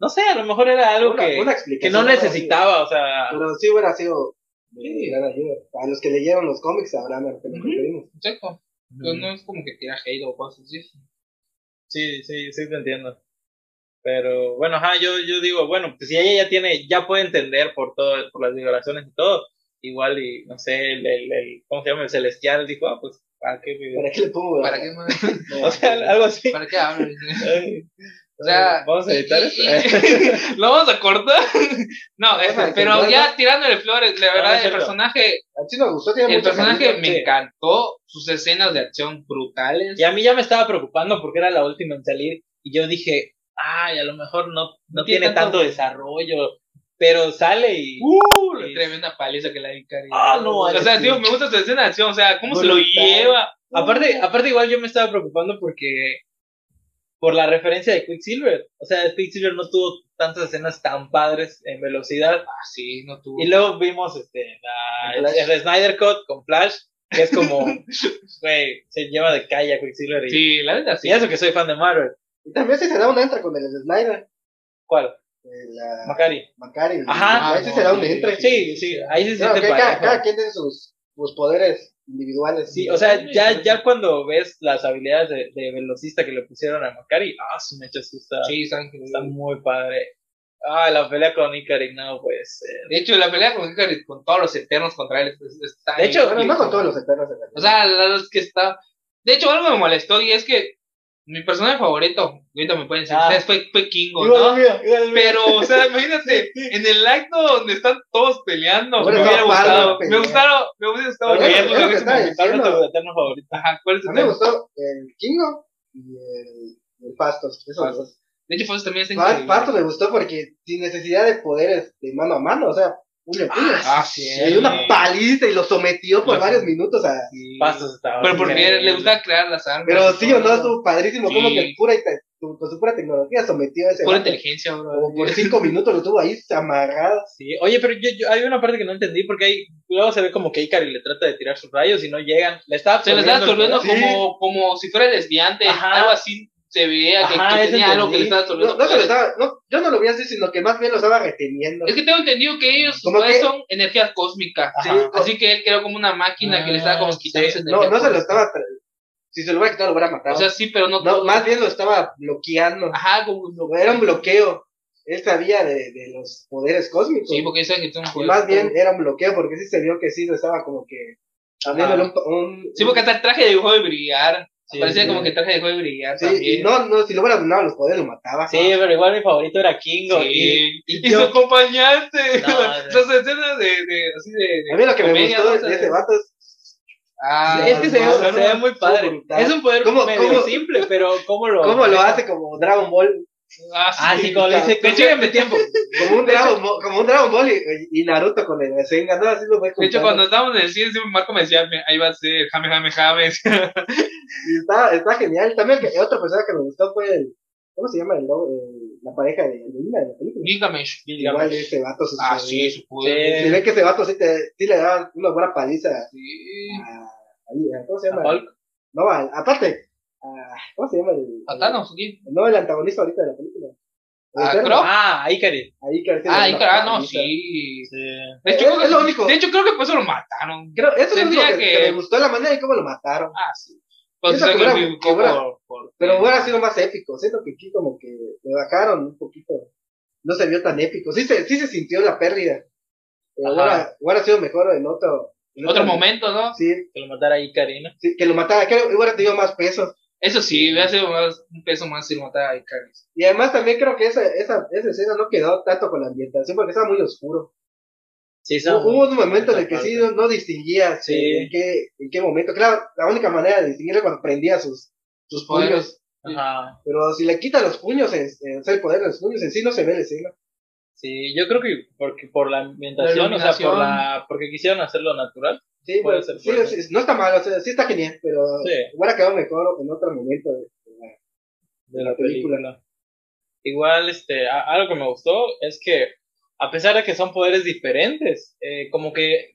no sé, a lo mejor era algo Una- que, una que explicación no hubiera necesitaba, o sea, sido- Pero sí hubiera sido de Sí. gran ayuda. A los que leyeron los cómics sabrán a lo que nos Ujú. referimos. exacto. Pues Entonces, no es como que tira hate o cosas así. sí, sí, sí te entiendo. Pero bueno, ajá, yo, yo digo, bueno, pues si ella ya tiene, ya puede entender por todo, por las violaciones y todo, igual y, no sé, el, el, el ¿cómo se llama? El celestial dijo, ah, pues, ¿para qué? me- ¿Para qué le pongo? ¿Para qué, más? O sea, algo así. ¿Para qué hablo? O sea, vamos a editar esto. ¿Lo vamos a cortar? No, este, Bueno, pero que ya tirándole flores, la No, no verdad, es el cierto. personaje, A ti me gustó, tiene el mucho personaje cariño. sí. me encantó, sus escenas de acción brutales. Y a mí ya me estaba preocupando porque era la última en salir. Y yo dije, ay, a lo mejor no, no tiene, tanto, desarrollo. Pero sale y. Uh, la Sí. tremenda paliza que le di Cari. Ah, no, O Alex, sea, sí. tío, me gusta su escena de acción, o sea, cómo se lo Brutal. lleva. Aparte, Ah. aparte, igual yo me estaba preocupando porque. Por la referencia de Quicksilver. O sea, Quicksilver no tuvo tantas escenas tan padres en velocidad. Ah, sí, no tuvo. Y luego vimos este, la- Con Flash. el, el Snyder Cut con Flash, que es como. Güey, se lleva de calle a Quicksilver. Y, Sí, la verdad, sí. y eso que soy fan de Marvel. Y también sí se da un entra con el Snyder. ¿Cuál? eh, La Macari. Macari. Ajá. Ahí sí se da Ah, un entra. Sí, sí, ahí sí se Claro, siente que cada, parejo. cada quien tiene sus, sus poderes individuales. Sí, o sea, ya, ya cuando ves las habilidades de, de velocista que le pusieron a Macari, ah, su mecha sí está, Sí, saben que- está muy padre. Ah, la pelea con Ikari, no puede ser. De hecho, la pelea con Hikari, con todos los eternos contra él, es- está De hecho, Bueno, no con todos los eternos. en realidad. O sea, la verdad es que está. De hecho, algo me molestó y es que mi personaje favorito, ahorita me pueden decir, Ah. ustedes fue, fue Kingo, Igual el ¿no? mío, igual el mío. Pero, o sea, imagínate, en el acto donde están todos peleando, Bueno, me hubiera estaba gustado. padro, Me pelea. gustaron, me hubiera gustado Bueno, verlo. es lo que es está como- ahí. ¿Comentaron tu eterno favorito? Ajá, ¿cuál es a el mí me tema? gustó el Kingo y el, el Fastos. Esos Fastos. dos. De hecho, Fausto también está Pa- increíble. Fastos me gustó porque sin necesidad de poderes de mano a mano, o sea, puño a puño. Ah, sí. Le dio una paliza y lo sometió por Lo varios sometió. minutos a. Sí. Pastos estaba. Pero porque increíble. le gusta crear las armas. Pero sí o no, su estuvo padrísimo. Como Sí. que pura, y te- con con su pura tecnología sometió a ese. Pura vato. inteligencia, bro. Como por cinco minutos lo tuvo ahí amarrado. Sí, oye, pero yo, yo- hay una parte que no entendí porque hay, luego se ve como que Ikari le trata de tirar sus rayos y no llegan. Le estaba Se le estaba absorbiendo absorbiendo el poder. Sí. como, como si fuera desviante, Ajá. algo así se veía que, Ajá, que eso tenía algo que le entendí. estaba No, absorbiendo. no se lo poderes. estaba, no, yo no lo vi así, sino que más bien lo estaba reteniendo. Es que tengo entendido que ellos Como pues, que- son energías cósmicas. Sí, Ajá. co- Así que él creó como una máquina que le estaba como Ah, sí. quitando esa no, energía no se lo cósmica. estaba. tra- Si se lo hubiera quitado, lo hubiera matado. O sea, sí, pero no. no, más bien lo estaba bloqueando. Ajá, como. Era un bloqueo. Él sabía de, de los poderes cósmicos. Sí, porque saben que son Y poderes. más bien era un bloqueo, porque sí se vio que sí lo estaba como que. abriéndole un, un- Sí, porque hasta el traje dejó de brillar. Sí, Parecía sí. como que el traje dejó de brillar. Sí, también. y no, no, si lo hubiera dominado los poderes, lo mataba. Sí, pero igual mi favorito era Kingo. y- Sí. Y, yo- su acompañante. No, no. Las escenas de, de, así de, de A mí lo que me comedia, gustó ¿no? de de ese vato es Ah, es que se, no, ve- no, se ve no, muy no, padre. brutal. Es un poder ¿Cómo- medio cómo- simple, pero ¿cómo lo, cómo lo hace como Dragon Ball. ah, Ah, sí, sí. como le dice, De hecho- consígueme tiempo. Como un Dragon, Ball- como un Dragon Ball y, y Naruto con el Rasengan, ¿no? Así lo fue De hecho, juntando. cuando estábamos en el cine, siempre Marco me decía, "Me- ahí va a ser, jame, jame, jame. Y está, está genial. También que, otra persona que me gustó fue el. ¿Cómo se llama el, lobo- el- la pareja de Angelina de la película? Gilgamesh. Igual ese vato se Ah, sí, su Sí. poder. Se ve que ese vato sí, te, sí le daba una buena paliza a, Sí. a- ¿Cómo se llama? ¿A Hulk? No, a- aparte. a- ¿Cómo se llama el. ¿A Thanos? ¿Quién? No, el antagonista ahorita de la película. El Ah, Eterno. Croc. Ah, Ikari. Ahí que Ah, ahí está, ah, no, sí. De Es- hecho, creo que, es lo único. de hecho, creo que por eso lo mataron. Creo, eso es lo único Sentía que, que- que me gustó la manera en cómo lo mataron. Ah, sí. Pues Siento se que hubiera- sacrificó que hubiera- por- por- Pero hubiera sido más épico. Siento que aquí como que le bajaron un poquito. No se vio tan épico. Sí se, sí se sintió la pérdida. Pero Ajá. hubiera, hubiera sido mejor en otro. en Otro momento, ¿no? Sí, Que lo matara Ikari, ¿no? sí, que lo matara. Que hubiera tenido más peso. Eso sí, hubiera sido más, un peso más si lo matara a Icarus. Y además también creo que esa, esa, esa escena no quedó tanto con la ambientación porque estaba muy oscuro. Sí, Hubo- Hubo un momento en el que sí no, no distinguía Sí. en, qué, en qué momento. Claro, la única manera de distinguir era cuando prendía sus, sus Poderes. puños. Ajá. Pero si le quita los puños, en, en- o sea, el poder de los puños en sí no se ve la escena. Sí, yo creo que porque por la ambientación, La o sea, por iluminación. la, porque quisieron hacerlo natural. Sí, Puede pero- ser, sí, puede sí, no está mal, o sea, sí está genial, pero Sí, hubiera quedado mejor en otro momento. de la La película. película. Igual, este, a- algo que me gustó es que, a pesar de que son poderes diferentes, eh, como que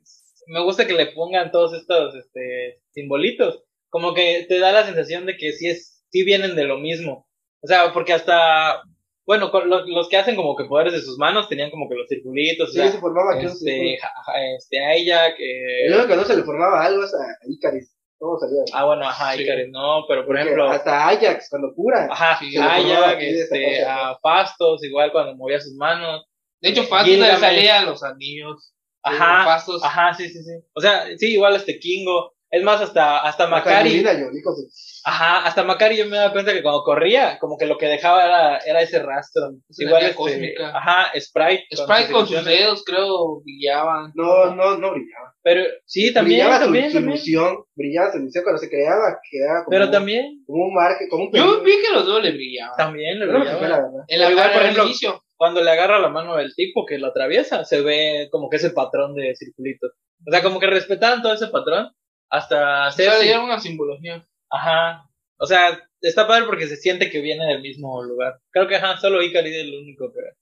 me gusta que le pongan todos estos, este, simbolitos. Como que te da la sensación de que sí es, sí vienen de lo mismo. O sea, porque hasta, bueno, con los, los que hacen como que poderes de sus manos tenían como que los circulitos, o Sí, sea, se formaba aquí un este, círculo. ja- ja- este, a ella, que, El único que no se le formaba algo es a a Icaris. ¿Cómo salieron? Ah, bueno, ajá, Sí. Icaris, no, pero por Porque ejemplo, Hasta Ajax, cuando cura. ajá, Sí, lo Ayak, tomaba así de este, zapato. a Fastos, igual cuando movía sus manos. De hecho, Fastos Gilgamesh. le salía a los anillos. Ajá, Fastos. ajá, sí, sí, sí. O sea, sí, igual este Kingo. Es más, hasta, hasta Macari. Angelina Jolie con su- Ajá, hasta Macari yo me daba cuenta que cuando corría, como que lo que dejaba era, era ese rastro. Es una Igual vía este, cósmica. Ajá, Sprite. Sprite con sus ilusiones. dedos, creo, guiaban. No, no, no brillaba. Pero sí, también, brillaba su- también, su, también. ilusión, brillaba su ilusión cuando se creaba, quedaba como, Pero también, como un marque, como un Yo peluche. vi que los dos le brillaban. también le Yo no me fijé, brillaba. la verdad. En Ah, la Igual, cara por al ejemplo, inicio. Cuando le agarra la mano del tipo que lo atraviesa, se ve como que ese patrón de circulitos. O sea, como que respetaban todo ese patrón. Hasta O sea, le Cersei. dieron una simbología. Ajá. O sea, está padre porque se siente que viene del mismo lugar. Creo que ajá, solo Ikari es el único que,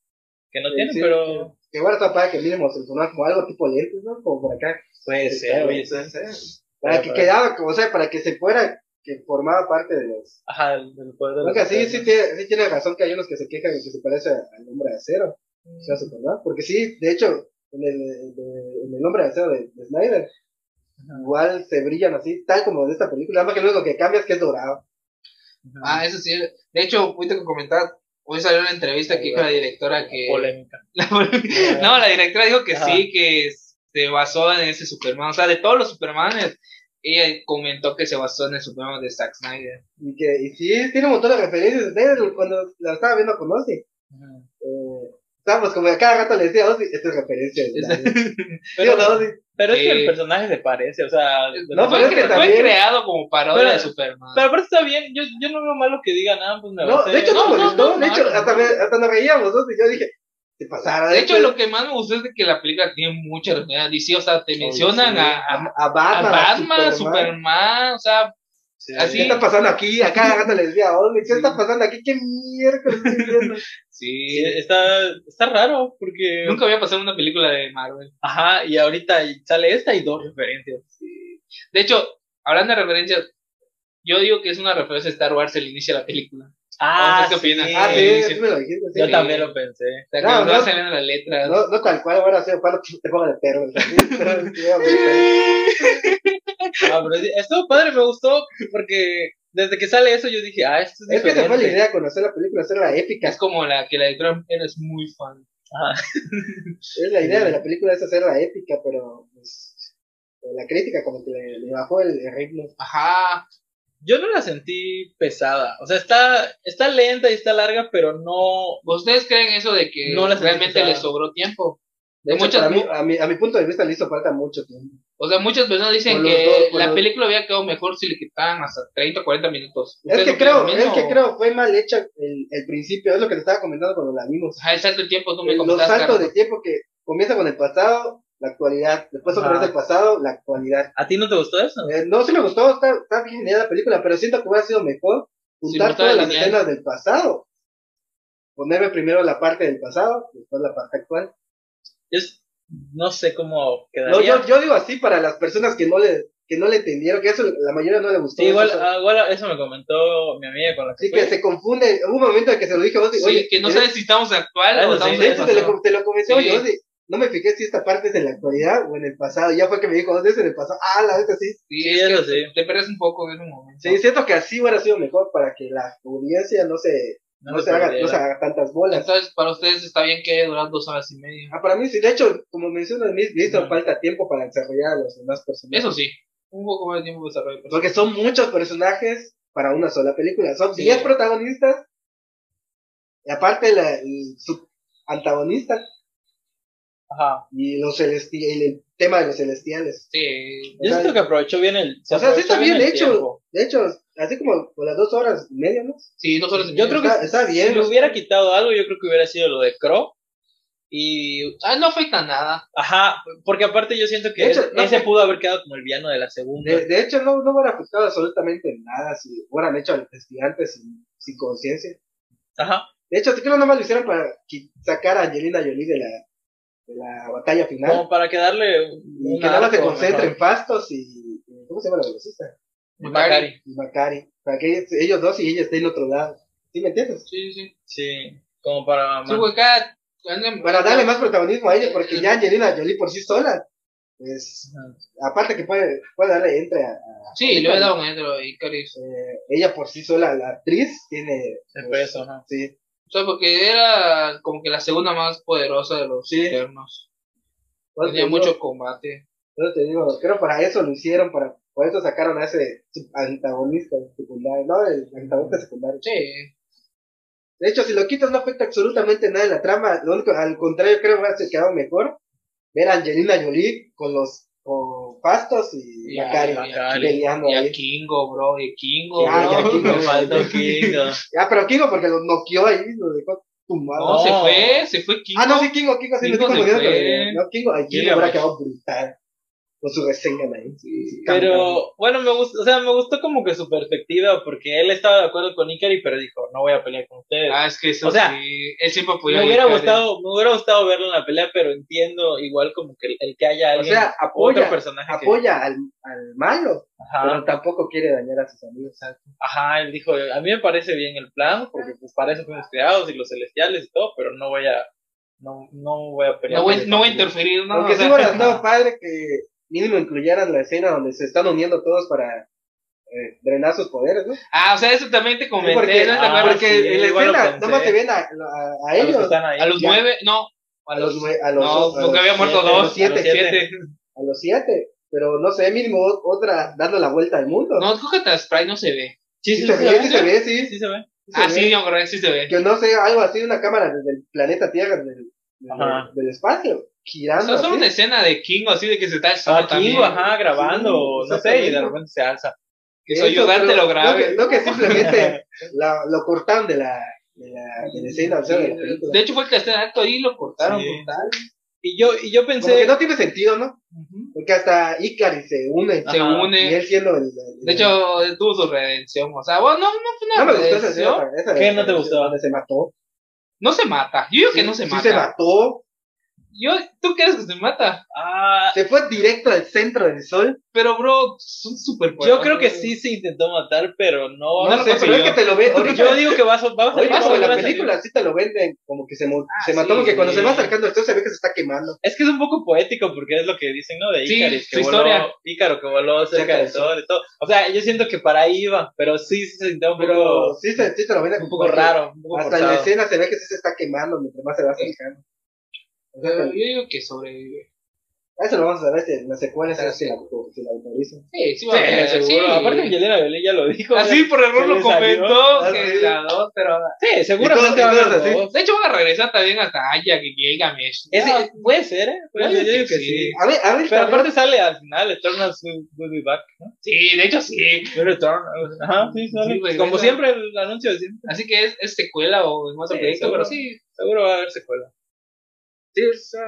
que no Sí, tiene, sí, pero Que bueno, está para que mínimo se sonaba como algo tipo lentes, ¿no? Como por acá. puede Sí, ser, puede güey. ser. Para que Ajá. quedaba, como, o sea, para que se fuera, que formaba parte de los Ajá, el el poder de Creo que los sí, eternos. sí tiene, sí tiene razón que hay unos que se quejan de que se parece a- al hombre de acero, o sea, Superman, porque sí, de hecho, en el, de- en el hombre de acero de, de Snyder, igual se brillan así, tal como en esta película, nada más que lo único que cambia es que es dorado. Ajá. Ah, eso sí. De hecho, fuiste que comentar. Hoy salió una entrevista aquí con la directora que. Polémica. La- no, la directora dijo que Ajá. sí, que se basó en ese Superman. O sea, de todos los Supermanes, ella comentó que se basó en el Superman de Zack Snyder. Y que, y sí, tiene un montón de referencias, Snyder, cuando la estaba viendo con Ozzy, Ajá. eh, estábamos como, cada rato le decía a Ozzy, esta es referencia de Snyder. Sí, Pero, o no, Ozzy? pero es que el Eh. personaje se parece, o sea. de No, todas pero es que maneras. fue también- creado como parodia Pero- de Superman. Pero aparte está bien, yo, yo no veo malo que digan, ah, pues me No, basé- de hecho nos no, no, molestó, no, de hecho, no, no. hasta, me- hasta nos reíamos, Ozzy, yo dije, te pasara. de hecho, lo que más me gustó es de que la película tiene mucha referencia a DC. O sea, te mencionan Sí, a, a- a a Batman, Batman, Superman, o sea, Sí. así- ¿Qué está pasando aquí? Acá agarrando les decía, Olmi, ¿qué está pasando aquí? ¿Qué miércoles estoy viendo? Sí, sí. está, está raro, porque. Nunca había pasado una película de Marvel. Ajá, y ahorita sale esta y dos referencias. este, De hecho, hablando de referencias, yo digo que es una referencia a Star Wars el inicio de la película. Ah, ¿qué opinas? ah, sí, sí me lo dijiste. sí. Yo Sí. también lo pensé. O sea, No, cuando no. van saliendo las letras. No, no tal cual, ahora sí, para te pongo de perro. ¿sí? Pero, sí, hombre, Ah, pero sí, estuvo padre, me gustó, porque desde que sale eso yo dije, ah, esto es Es que diferente. se fue la idea de conocer la película, hacerla épica. Es como la que la de Trump eres muy fan. Es la idea de la película es hacerla épica, pero pues, la crítica como que le, le bajó el, el ritmo. Ajá. Yo no la sentí pesada. O sea, está, está lenta y está larga, pero no... ¿Ustedes creen eso de que No la sentí realmente pesada. les sobró tiempo? De hecho, Muchas- para mí, a, mi, a mi punto de vista le hizo falta mucho tiempo. O sea, muchas personas dicen Con los que dos, con la los- película hubiera quedado mejor si le quitaban hasta 30 o 40 minutos. Es ¿Ustedes que opinan creo, lo es mismo? que creo fue mal hecho el, el principio, es lo que te estaba comentando cuando la vimos. Ajá, el salto de tiempo, tú me los comentaste. saltos Carlos. de tiempo que comienza con el pasado, la actualidad, después otra Ajá. vez el pasado, la actualidad. ¿A ti no te gustó eso? Eh, no, sí me gustó, está, está bien genial la película, pero siento que hubiera sido mejor juntar Sí, todas las lineal. escenas del pasado. Ponerme primero la parte del pasado, después la parte actual. Es- no sé cómo No, quedaría. yo, yo digo así para las personas que no le que no le entendieron, que eso la mayoría no le gustó. Sí, igual, Eso- ah, igual eso me comentó mi amiga con la que Así que fui. se confunde. Hubo un momento en que se lo dije, oye, ah, Sí, oye, que no en- sabes si estamos actual Ah, o lo estamos sé, en De el hecho, te pasado. lo, te lo comenté, Sí. oye, oye, no me fijé si esta parte es en la actualidad o en el pasado. Ya fue que me dijo, ¿dónde es en el pasado? Ah, la neta sí. Sí, Sí, es eso que sí. te pierdes un poco en ese momento. Sí, siento que así hubiera sido mejor para que la audiencia no se, no me se, haga, no perdiera. se haga tantas bolas. Entonces, para ustedes está bien que duran dos horas y media. Ah, para mí, sí, de hecho, como mencionas, me me hizo Ujú. falta tiempo para desarrollar a los demás personajes. Eso sí, un poco más de tiempo de desarrollo. Porque son muchos personajes para una sola película. Son Sí. 10 protagonistas. Y aparte, la, el su- antagonista Ajá. y los celesti el, el tema de los celestiales. Sí, Yo siento que aprovechó bien el... se O sea, sí aprovechó está bien el hecho. tiempo. De hecho, así como por las dos horas y media, ¿no? sí, dos horas y media. Yo creo que Está, está bien. si le hubiera quitado algo, yo creo que hubiera sido lo de Crow. Y, Ah, no afecta nada. ajá, porque aparte yo siento que De hecho, ese, no ese fue- pudo haber quedado como el villano de la segunda. De, de hecho, no, no hubiera afectado absolutamente nada si hubieran hecho a los estudiantes sin, sin conciencia. Ajá, De hecho, creo que nada más lo hicieron para qui- sacar a Angelina Jolie de la, de la batalla final. como para quedarle un- ¿Ah? y un que nada más se arco concentre en mejor. Fastos y. y- ¿Cómo se llama la velocista? Macari. Y Macari. Para que ellos, ellos dos y ella esté en otro lado. ¿Sí me entiendes? Sí, sí. Sí, como para... Sí, güey, cada- cada- Para darle más protagonismo a ella, porque ya Angelina Jolie por sí sola Es, aparte que puede, puede darle entre a, a- Sí, le he dado un entro a Icaris. eh, ella por sí sola, la actriz, tiene El pues, peso, ajá. Sí, O sea, porque era como que la segunda más poderosa de los Sí. internos. Por eso Tenía te digo- mucho combate. por eso te digo, creo para eso lo hicieron, para por eso sacaron a ese antagonista secundario, no, el antagonista secundario. Sí. De hecho, si lo quitas no afecta absolutamente nada en la trama. Lo único- al contrario, creo que hubiera quedado mejor ver a Angelina Jolie con los con pastos y, Y a- Bacari y a- peleando Y a ahí. Kingo, bro. Y Kingo, Ya, bro. ya, Kingo. Me faltó Kingo. Ah, pero Kingo porque lo noqueó ahí, lo dejó tumbado. No, se fue, se fue Kingo. Oh. ah, no, sí, Kingo, Kingo, sí, lo dejó Kingo se noqueado, pero, fue. eh, No, Kingo, ahí Kingo Kingo, hubiera pues. quedado brutal. Con su reseña ahí. Sí, campeón. Pero bueno, me gustó, o sea, me gustó como que su perspectiva, porque él estaba de acuerdo con Ikari, pero dijo, no voy a pelear con ustedes. Ah, es que eso O sea, sí. Él siempre apoyó me a hubiera Icaris. gustado, me hubiera gustado verlo en la pelea, pero entiendo igual como que el, el que haya O alguien, sea, otro apoya, personaje Ah. que- apoya al, al malo, pero ajá, tampoco quiere dañar a sus amigos. ajá, él dijo, a mí me parece bien el plan, porque pues para eso fuimos creados y los celestiales y todo, pero no voy a, no, no voy a pelear. No voy, con no voy a ellos. interferir, no. Aunque o sí sea, hubiera estado padre que mínimo incluyeran la escena donde se están uniendo todos para eh, drenar sus poderes, ¿no? Ah, o sea, eso también te comenté. porque ¿no? ah, Porque porque sí, en la igual lo escena pensé. nomás te ven a, a- a A los que ellos, están ahí. A los Ya. nueve, no. A los nueve- a los, No, dos, a los- porque había muerto siete, dos. a los siete. a los siete. a los siete, pero no sé, mínimo o- otra dando la vuelta al mundo. No, cógete a Sprite, no se ve. Sí, Sí sí, se sí, ve, sí, sí se ve, sí, sí sí se ve. se Ah, ve. sí, no, correcto, sí se ve. Que no sé, algo así, una cámara desde el planeta Tierra, del, del- Ajá. del espacio, O sea, girando. solo así. una escena de Kingo así de que se está el sol Ah, también. Kingo, ajá, grabando, Sí, no sé, y de exactamente. repente se alza. Que su ayudante pero lo grabe. No que, no que simplemente la- lo cortaron de la, de la, de la escena, o sea, de la película. De hecho, fue el tercer acto ahí y lo cortaron. Sí. brutal. Y yo, y yo Como que pensé, no tiene sentido, ¿no? Porque hasta Ikari se une. Ah, Se Ajá. Y une. él siendo el. el- De hecho, él tuvo su redención. O sea, bueno, no, no fue una no me gustó esa redención. escena. esa ¿Qué no te gustó? Donde se mató. No se mata. Yo digo que no se Sí mata. se mató. Yo, ¿Tú crees que se mata? ah, Se fue directo al centro del sol. Pero, bro, son súper yo creo que sí se intentó matar, pero no. No Oh, no lo sé, pero consiguió. es que te lo ve. Ahorita, Yo digo que va a, so- va a salir, ahorita va a como en la volver a salir. película sí te lo venden. Como que se, mo- Ah, se mató. sí. Porque cuando se va acercando el sol se ve que se está quemando. Es que es un poco poético porque es lo que dicen, ¿no? De Sí, Icaris, que su voló, historia. Ícaro que voló cerca Cerca del del sol y todo. O sea, yo siento que para ahí iba, pero sí se sintió un Pero poco, sí, se, sí te lo venden. un poco raro, un poco Hasta en la forzado. escena se ve que sí se está quemando mientras más se va acercando. O sea, Yo digo que sobrevive. Eso lo vamos a ver si en la secuela Ah, si la, si la autorizan. Sí, sí, va a Sí, sí. seguro. Aparte, Angelina Jolie ya lo dijo. Así por error se lo le salió. comentó. Ah, que sí. la dos, pero Sí, seguramente Y va a todo- y haber todo así. dos. De hecho, van a regresar también hasta Aya, que Gilgamesh. Ese- puede ser, ¿eh? Puede Puede ser, yo que digo que sí. sí. A ver, a ver, Pero también- aparte sale al final, Eternal Will Will Be Back, ¿no? Sí, de hecho, sí. Will Return. Ajá, sí, sale. Sí, güey, Como venga. siempre, el anuncio de siempre. Así que es, es secuela o en otro Sí, proyecto, seguro. pero sí. Seguro va a haber secuela. sí, o sea,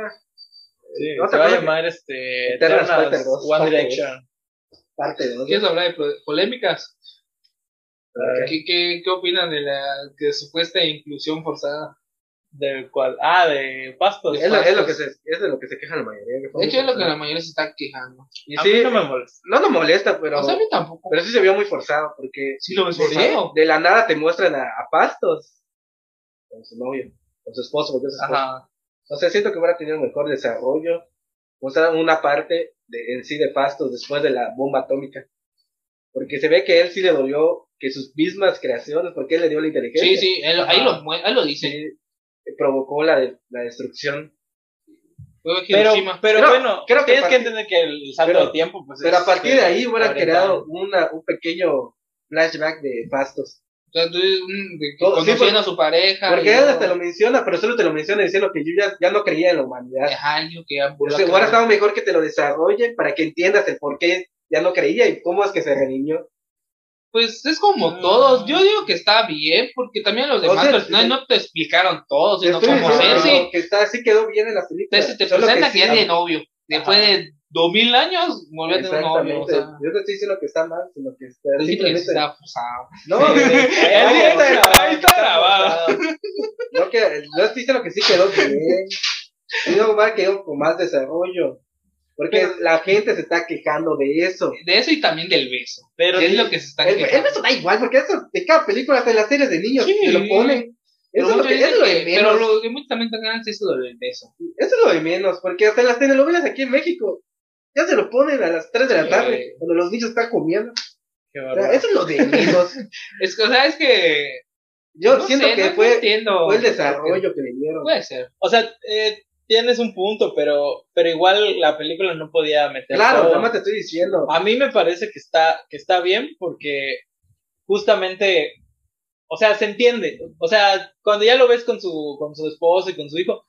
Sí, ¿no te se va a acuerdas llamar este, Eternal Eternal Fighter dos, One parte Direction. parte de dos. ¿Quieres hablar de pro- polémicas? Ah, ¿Qué, qué, qué opinan de la de supuesta inclusión forzada? Del cual, ah, de Pastos. Es lo, es lo que se, es de lo que se queja la mayoría. De hecho, es lo que la mayoría se está quejando. Y A sí, mí no me molesta. no nos molesta, pero, o sea, a mí tampoco. pero sí se vio muy forzado, porque Pues Sí lo ves de, forzado. de la nada te muestran a, a Pastos con su novio, con su esposo, porque es su esposo. Ajá. O sea, siento que hubiera tenido un mejor desarrollo. Mostrar una parte de, en sí de Pastos después de la bomba atómica. Porque se ve que él sí le dolió que sus mismas creaciones, porque él le dio la inteligencia. Sí, sí, él- ahí, lo, mue- ahí lo dice. sí, provocó la, de- la destrucción. Luego Pero, Hiroshima. pero Creo- bueno, creo que tienes a que partir- entender que el salto Pero- de tiempo, pues Pero a partir de eh, ahí hubieran hubiera creado una, un pequeño flashback de Pastos. O sea, tú, mm, de que Todo- sí, conociendo porque- a su pareja. Porque y él luego- hasta lo menciona, pero solo te lo menciona diciendo que yo ya, ya no creía en la humanidad. Ajá, yo que ya volvió a Se hubiera creer. estado mejor que te lo desarrollen para que entiendas el por qué ya no creía y cómo es que se redimió. Pues es como Ah. todos. Yo digo que está bien, porque también los Mm. O demás sea, personajes sí. no te explicaron todo, Te sino estoy como diciendo Ceci. que está, así quedó bien en la película. Entonces te Solo presenta que, sí, ah, ya tiene novio. Después Ajá. de dos mil años, volvió a tener novio. O Exactamente. sea, Yo no estoy diciendo que está mal, sino que está es que simplemente. está forzado. No, Eh, Ahí está grabado, ahí está grabado. No, que, no estoy diciendo que sí quedó bien. Sino más quedó con más desarrollo. Porque Pero- la gente se está quejando de eso. De eso y también del beso. Pero que es sí, lo que se está El, el beso da igual, porque eso de cada película, hasta en las series de niños, Sí. se lo ponen. Eso es lo, que, eso es lo de menos. Pero lo que muchos también están ganando es eso del beso. Eso es lo de menos, porque hasta en las telenovelas aquí en México Ya se lo ponen a las 3 de la Sí. tarde, cuando los bichos están comiendo. Qué O sea, bárbaro. eso es lo de menos. Es que, o sea, es que. Yo no siento sé, que no- no fue, entiendo. fue el desarrollo que le dieron. Puede ser. O sea, eh, tienes un punto, pero, pero igual la película no podía meter Claro, todo. Ah, nada más te estoy diciendo. A mí me parece que está, que está bien porque justamente, o sea, se entiende. O sea, cuando ya lo ves con su, con su esposo y con su hijo,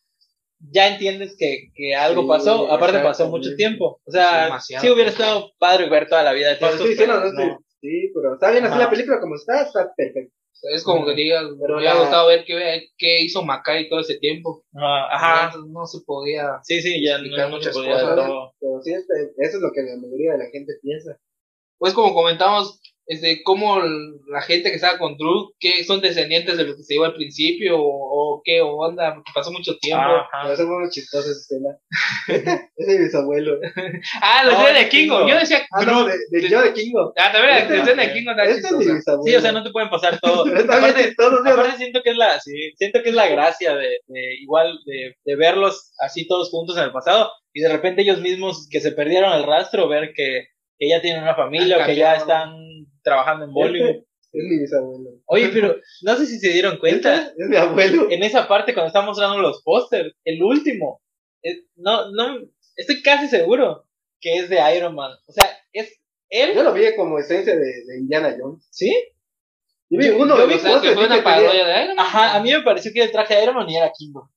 ya entiendes que, que algo Sí, pasó. Aparte pasó exactamente. mucho tiempo. O Sí, sea, demasiado sí hubiera tiempo. estado padre ver toda la vida de Te todos estoy estos diciendo, no perros, estoy- ¿no? Sí, pero está bien así Ajá. la película como está, está perfecta. Es como que digas, Mm, Pero me hubiera la- gustado ver qué, qué hizo Macay todo ese tiempo. Ah, Ajá. No, no se podía. Sí, sí, ya no, no Explicar se muchas podía cosas. todo. Pero sí, este- eso es lo que la mayoría de la gente piensa. Pues como comentamos, este, cómo l- la gente que estaba con Drew, que son descendientes de lo que se dio al principio, o, o qué onda, porque pasó mucho tiempo. Ah, Pero Ajá. eso fue muy chistosa esa escena. Ese es mi bisabuelo. la No, escena Ah, de de Kingo. Kingo. Yo decía, Ah, no, de, de- yo de Kingo. ah, también la Este- escena de Kingo está Este es mi chistosa. bisabuelo. Sí, o sea, no te pueden pasar Pero todo. está bien Aparte, chistoso, ¿sí o no? Aparte siento que es la, sí, siento que es la gracia de, de igual de, de verlos así todos juntos en el pasado y de repente ellos mismos que se perdieron el rastro ver que, que ya tienen una familia o que ya cambiado. están trabajando en Bollywood. Este es mi bisabuelo. Oye, pero no sé si se dieron cuenta Este es mi abuelo. en esa parte cuando están mostrando los pósters, el último, es- no, no, estoy casi seguro que es de Iron Man. O sea, es él, Yo lo vi como esencia de, de Indiana Jones. ¿sí? Yo vi uno Yo de vi los que postres, fue sí, una que tenía- parodia de él. Ajá, a mí me pareció que el traje de Iron Man y era Kingo.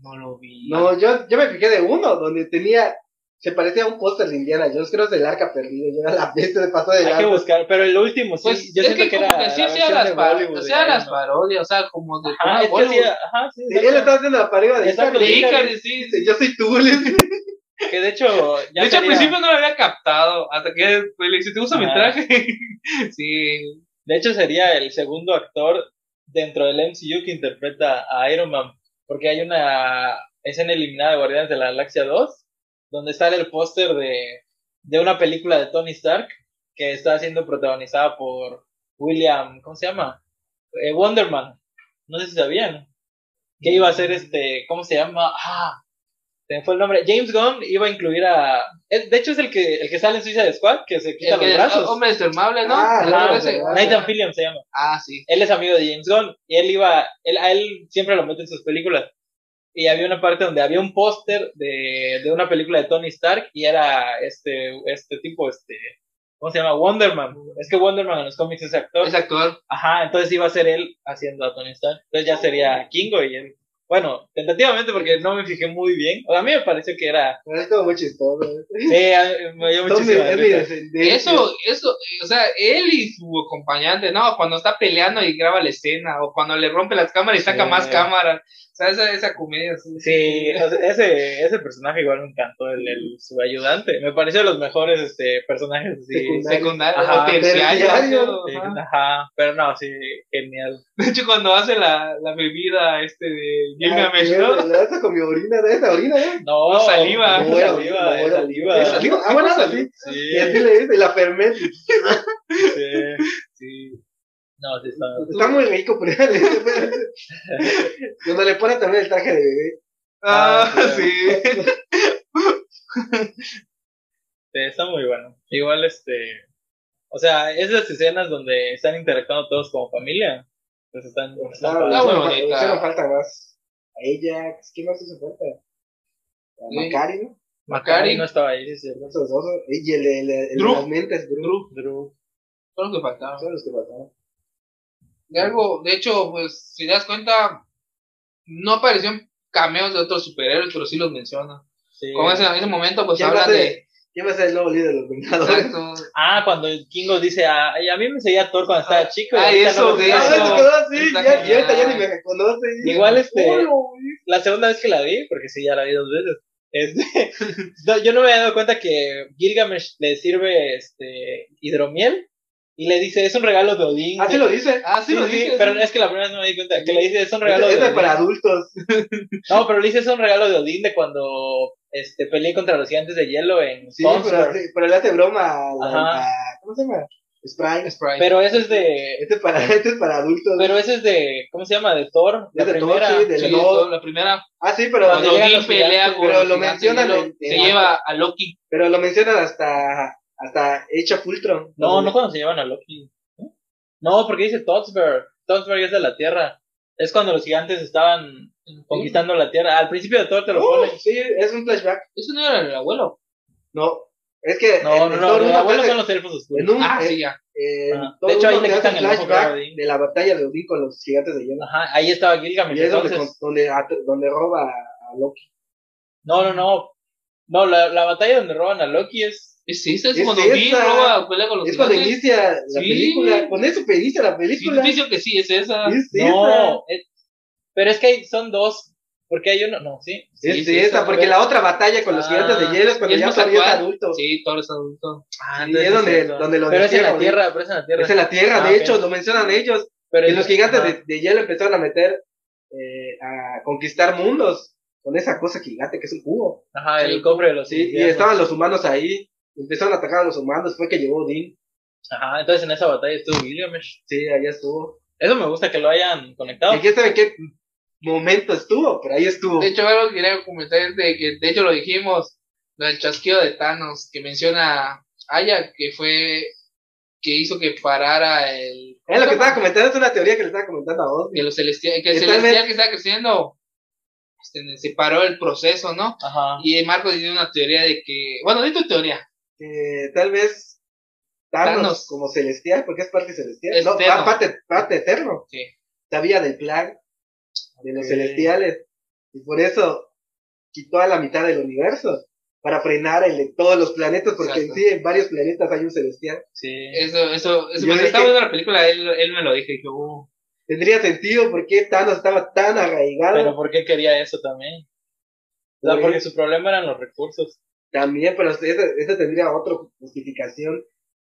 No lo vi. No, yo, yo me fijé de uno donde tenía. Se parecía a un póster de Indiana Jones, creo que es del arca perdida. Yo era la bestia, se pasó de Hay que largo. buscar, pero el último, sí, Pues yo es siento que, que, como era que sí la hacía versión las, de par- Bollywood, hacía de las Iron Man. parodias, o sea, como de Ajá, ah, es que Bollywood. sí, ajá, sí, Sí, exacto. él estaba haciendo la pared de este Exacto. Icarus. de Icarus, sí, Dice, Yo soy tú, le dice. que de hecho, ya de hecho, al sería- principio no lo había captado. Hasta que después le dice, ¿te gusta mi Ah. traje? sí. de hecho sería el segundo actor dentro del MCU que interpreta a Iron Man, porque hay una escena eliminada de Guardianes de la Galaxia 2, donde sale el póster de, de una película de Tony Stark que está siendo protagonizada por William, ¿cómo se llama? Eh, Wonderman. No sé si sabían. Que iba a ser Mm. este, ¿cómo se llama? Ah, se me fue el nombre. James Gunn iba a incluir a... es- De hecho es el que, el que sale en Suicide Squad, que se quita El que oh, los es brazos. hombre desarmable, ¿no? Ah, Algo claro, ese. claro. Nathan Fillion se llama. Ah, sí. Él es amigo de James Gunn y él iba, él, a él siempre lo mete en sus películas. Y había una parte donde había un póster de, de una película de Tony Stark y era este, este tipo, este, ¿cómo se llama? Wonderman. Es que Wonderman en los cómics es actor. Es actor. Ajá, entonces iba a ser él haciendo a Tony Stark. Entonces ya sería Kingo y él. Bueno, tentativamente porque no me fijé muy bien. O sea, a mí me pareció que era. Pero Es como muy chistoso. eh. Sí, a- me dio Son mi- muchísima es mi risa. descendencia. Eso, eso, eh, o sea, él y su acompañante, no, cuando está peleando y graba la escena, o cuando le rompe las cámaras y saca Sí. más cámaras. O sea, esa, esa comedia. Sí, o sea, ese, ese personaje igual me encantó, el, el- su ayudante. Me pareció de los mejores este, personajes. así, Secundarios. Secundaria Ajá, o terciaria. terciario. ajá. sec- Ajá, pero no, sí, genial. De hecho, cuando hace la, la bebida este de Jimmy Ah, Amesh, sí, ¿no? Le hace con mi orina, de esa orina, ¿eh? No, saliva. no, Bueno, Ah, saliva, bueno, es saliva. es saliva. Ah, bueno, sí. Y Sí, así le dice, la fermenta. sí, sí. No, sí, está. Está muy rico, pero ya le Cuando le pone también el traje de bebé. Ah, Ah, sí. Sí, está muy bueno. Igual, este. O sea, esas escenas donde están interactuando todos como familia, pues están. están Claro, padres. está muy hicieron fa- bonita. hicieron falta más. A ella, ¿qué más hizo falta? A Sí. Macari, ¿no? Macari. no estaba ahí, sí, es cierto. Esos dos. ¿no? Y el, el, el, el de Drew. las mentes, Drew. Drew. Fue lo que faltaba. Son los que faltaban. De algo, de hecho, pues, si te das cuenta, no aparecieron cameos de otros superhéroes, pero sí los menciona. Sí. Como ese, en ese momento, pues ¿Quién habla va a ser? de. ¿Quién va a ser el nuevo líder de los Vengadores? Exacto. Ah, cuando el Kingo dice, "Ah, ay, a mí me seguía Thor cuando estaba chico. y ah, ahorita eso, no me de Ah, gusta". me eso. quedó así, Está ya, ya, ahorita ya genial. ni me reconoce. Igual este, Hola, la segunda vez que la vi, porque sí, ya la vi dos veces. Este, no, yo no me había dado cuenta que Gilgamesh le sirve este hidromiel y le dice, es un regalo de Odín. Así lo dice. Ah, sí, Sí, lo sí, dije. pero sí. es que la primera vez no me di cuenta que le dice, es un regalo Este este de es Odín. para adultos. No, pero le dice, es un regalo de Odín de cuando este, peleé contra los gigantes de hielo en Sí, Consort. pero, sí, pero le hace broma a, la- Ajá. a- ¿Cómo se llama? Sprite. Sprite. Pero eso es de. Este es para, este es para adultos. Pero ese es de. ¿Cómo se llama? De Thor. La Es de Thor, primera. sí, de- Sí, no. eso, la primera. ah, sí, pero, Cuando Cuando llegan Odín los pelea gigantes, con pero los lo gigantes, mencionan lo- en- se en- lleva a Loki. pero lo mencionan hasta, hasta Hecha Fultron. No, no cuando se llevan a Loki. ¿Eh? No, porque dice Totsberg. Totsberg es de la Tierra. Es cuando los gigantes estaban conquistando la Tierra. Al principio de Thor te lo Uh, ponen. sí, es un flashback. Eso no era el abuelo. No, es que No, no, en no. Thor Los uno abuelos te- son los elfos oscuros. en un, Ah, en- sí, ya. en Ajá. Thor Ah, De hecho, ahí uno le te quitan hacen el ojo, flashback Odín. de la batalla de Odín con los gigantes de hielo. Ajá, ahí estaba Gilgamesh. Y es donde, Ah, entonces. con- donde, at- donde roba a Loki. No, no, no. No, la, la batalla donde roban a Loki es. Es esa, es, Es cuando esa. vi roba pelea con los Es cuando gigantes. inicia la Sí. película. Con eso se inicia la Sí, película. pienso que sí, es esa. Es esa. No. es- pero es que hay- son dos. Porque hay uno. No, sí. Sí, Sí, sí, sí, esa, esa, porque pero- la otra batalla con los Ah, gigantes de hielo es cuando ¿es ya más Thor ya es actual? adulto. Sí, Sí, Thor es adulto. Ah, y entonces es donde, cierto. donde lo Pero es en metieron, la ¿sí? Tierra. Pero es en la Tierra. Es en la tierra, Ah, de ok. hecho, lo mencionan ellos. Pero Y es- los gigantes ajá. de, de hielo empezaron a meter, eh, a conquistar mundos con esa cosa gigante que es un cubo. Ajá, el Sí. cofre de los Sí, y infiernos. estaban los humanos ahí, empezaron a atacar a los humanos, fue que llegó Odín. Ajá, entonces en esa batalla estuvo Gilgamesh. Sí, allá estuvo. Eso me gusta que lo hayan conectado. Y quién sabe en qué momento estuvo, pero ahí estuvo. De hecho, algo que quería comentar es de que, de hecho, lo dijimos, lo del chasquido de Thanos, que menciona Aya, que fue, que hizo que parara el... Es lo que estaba comentando, es una teoría que le estaba comentando a vos. Que, lo celestia- que el Que tal celestial vez- que estaba creciendo, este, se paró el proceso, ¿no? Ajá. Y Marco tiene una teoría de que, bueno, di tu teoría, que tal vez Thanos, Thanos. como celestial, porque es parte celestial, Es no, eterno. parte, parte eterno, Sí. sabía del plan de los Ok. celestiales y por eso quitó a la mitad del universo para frenar el de todos los planetas, porque Exacto. en sí en varios planetas hay un celestial. Sí. eso, eso, eso, Yo cuando dije- estaba viendo la película, él, él me lo dijo, y yo, uh, Tendría sentido porque Thanos estaba tan arraigado Pero ¿por qué quería eso también? O sea, Pues- porque su problema eran los recursos. también, pero esa, esa tendría otra justificación.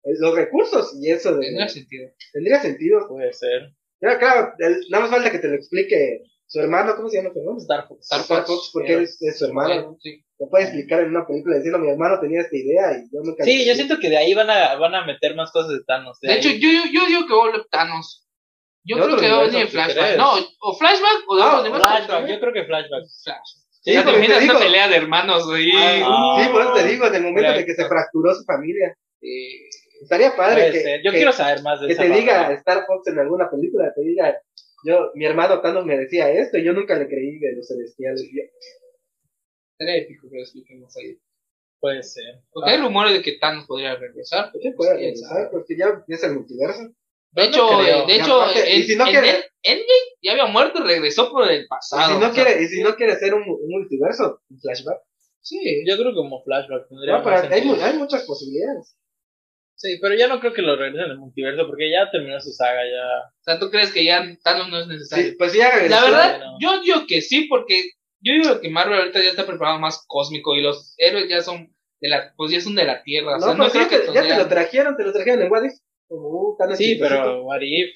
Eh, Los recursos y eso de- tendría sentido. tendría sentido. Puede ser. Ya, claro, el- nada más falta que te lo explique su hermano, ¿cómo se llama su hermano? Star Fox. eh, Star Star Fox, Fox, porque pero- él es, es su hermano. Sí. Lo puede explicar en una película diciendo, mi hermano tenía esta idea y yo nunca... Sí, yo siento que de ahí van a, van a meter más cosas de Thanos. De hecho, ahí. yo, yo, yo digo que va a volver Thanos. Yo ¿De creo otro que va a venir en universo, si flashback. crees? No, o flashback o de No, otro universo. flashback, yo creo que flashback. Sí, ya porque termina te esta digo- pelea de hermanos ahí. Ah. Sí, por eso te digo, en el momento en el que Correcto. se fracturó su familia. Eh, Estaría padre Puede que, ser. Yo que- quiero saber más de que esa te diga banda. Star Fox en alguna película, te diga, yo, mi hermano Thanos me decía esto y yo nunca le creí de los celestiales. Y yo, Sería épico que lo expliquemos ahí. Puede ser. Ah, Porque Ah. hay rumores de que Thanos podría regresar. ¿por qué puede Sí, regresar? pues, Porque ya es el multiverso. No De hecho, creo. eh, de Y hecho aparte, en, y si no en quiere- End- Endgame ya había muerto y regresó por el pasado. y, si no Ah, o sea, quiere, y si no quiere ser un, un multiverso, un flashback. Sí, Yo creo que como flashback tendría No, pero más hay, mu- sentido. hay muchas posibilidades. Sí, pero ya no creo que lo regresen al multiverso porque ya terminó su saga ya. o sea, tú crees que ya Thanos no es necesario. Sí, pues sí, ya regresó. La verdad, no. yo digo que sí, porque yo digo que Marvel ahorita ya está preparado más cósmico y los héroes ya son de la, pues ya son de la Tierra. o sea, No, no pues creo ya, que te, ya te lo tendrían- trajeron, te lo trajeron en What If, Como un Thanos Sí, chistosito. pero what if.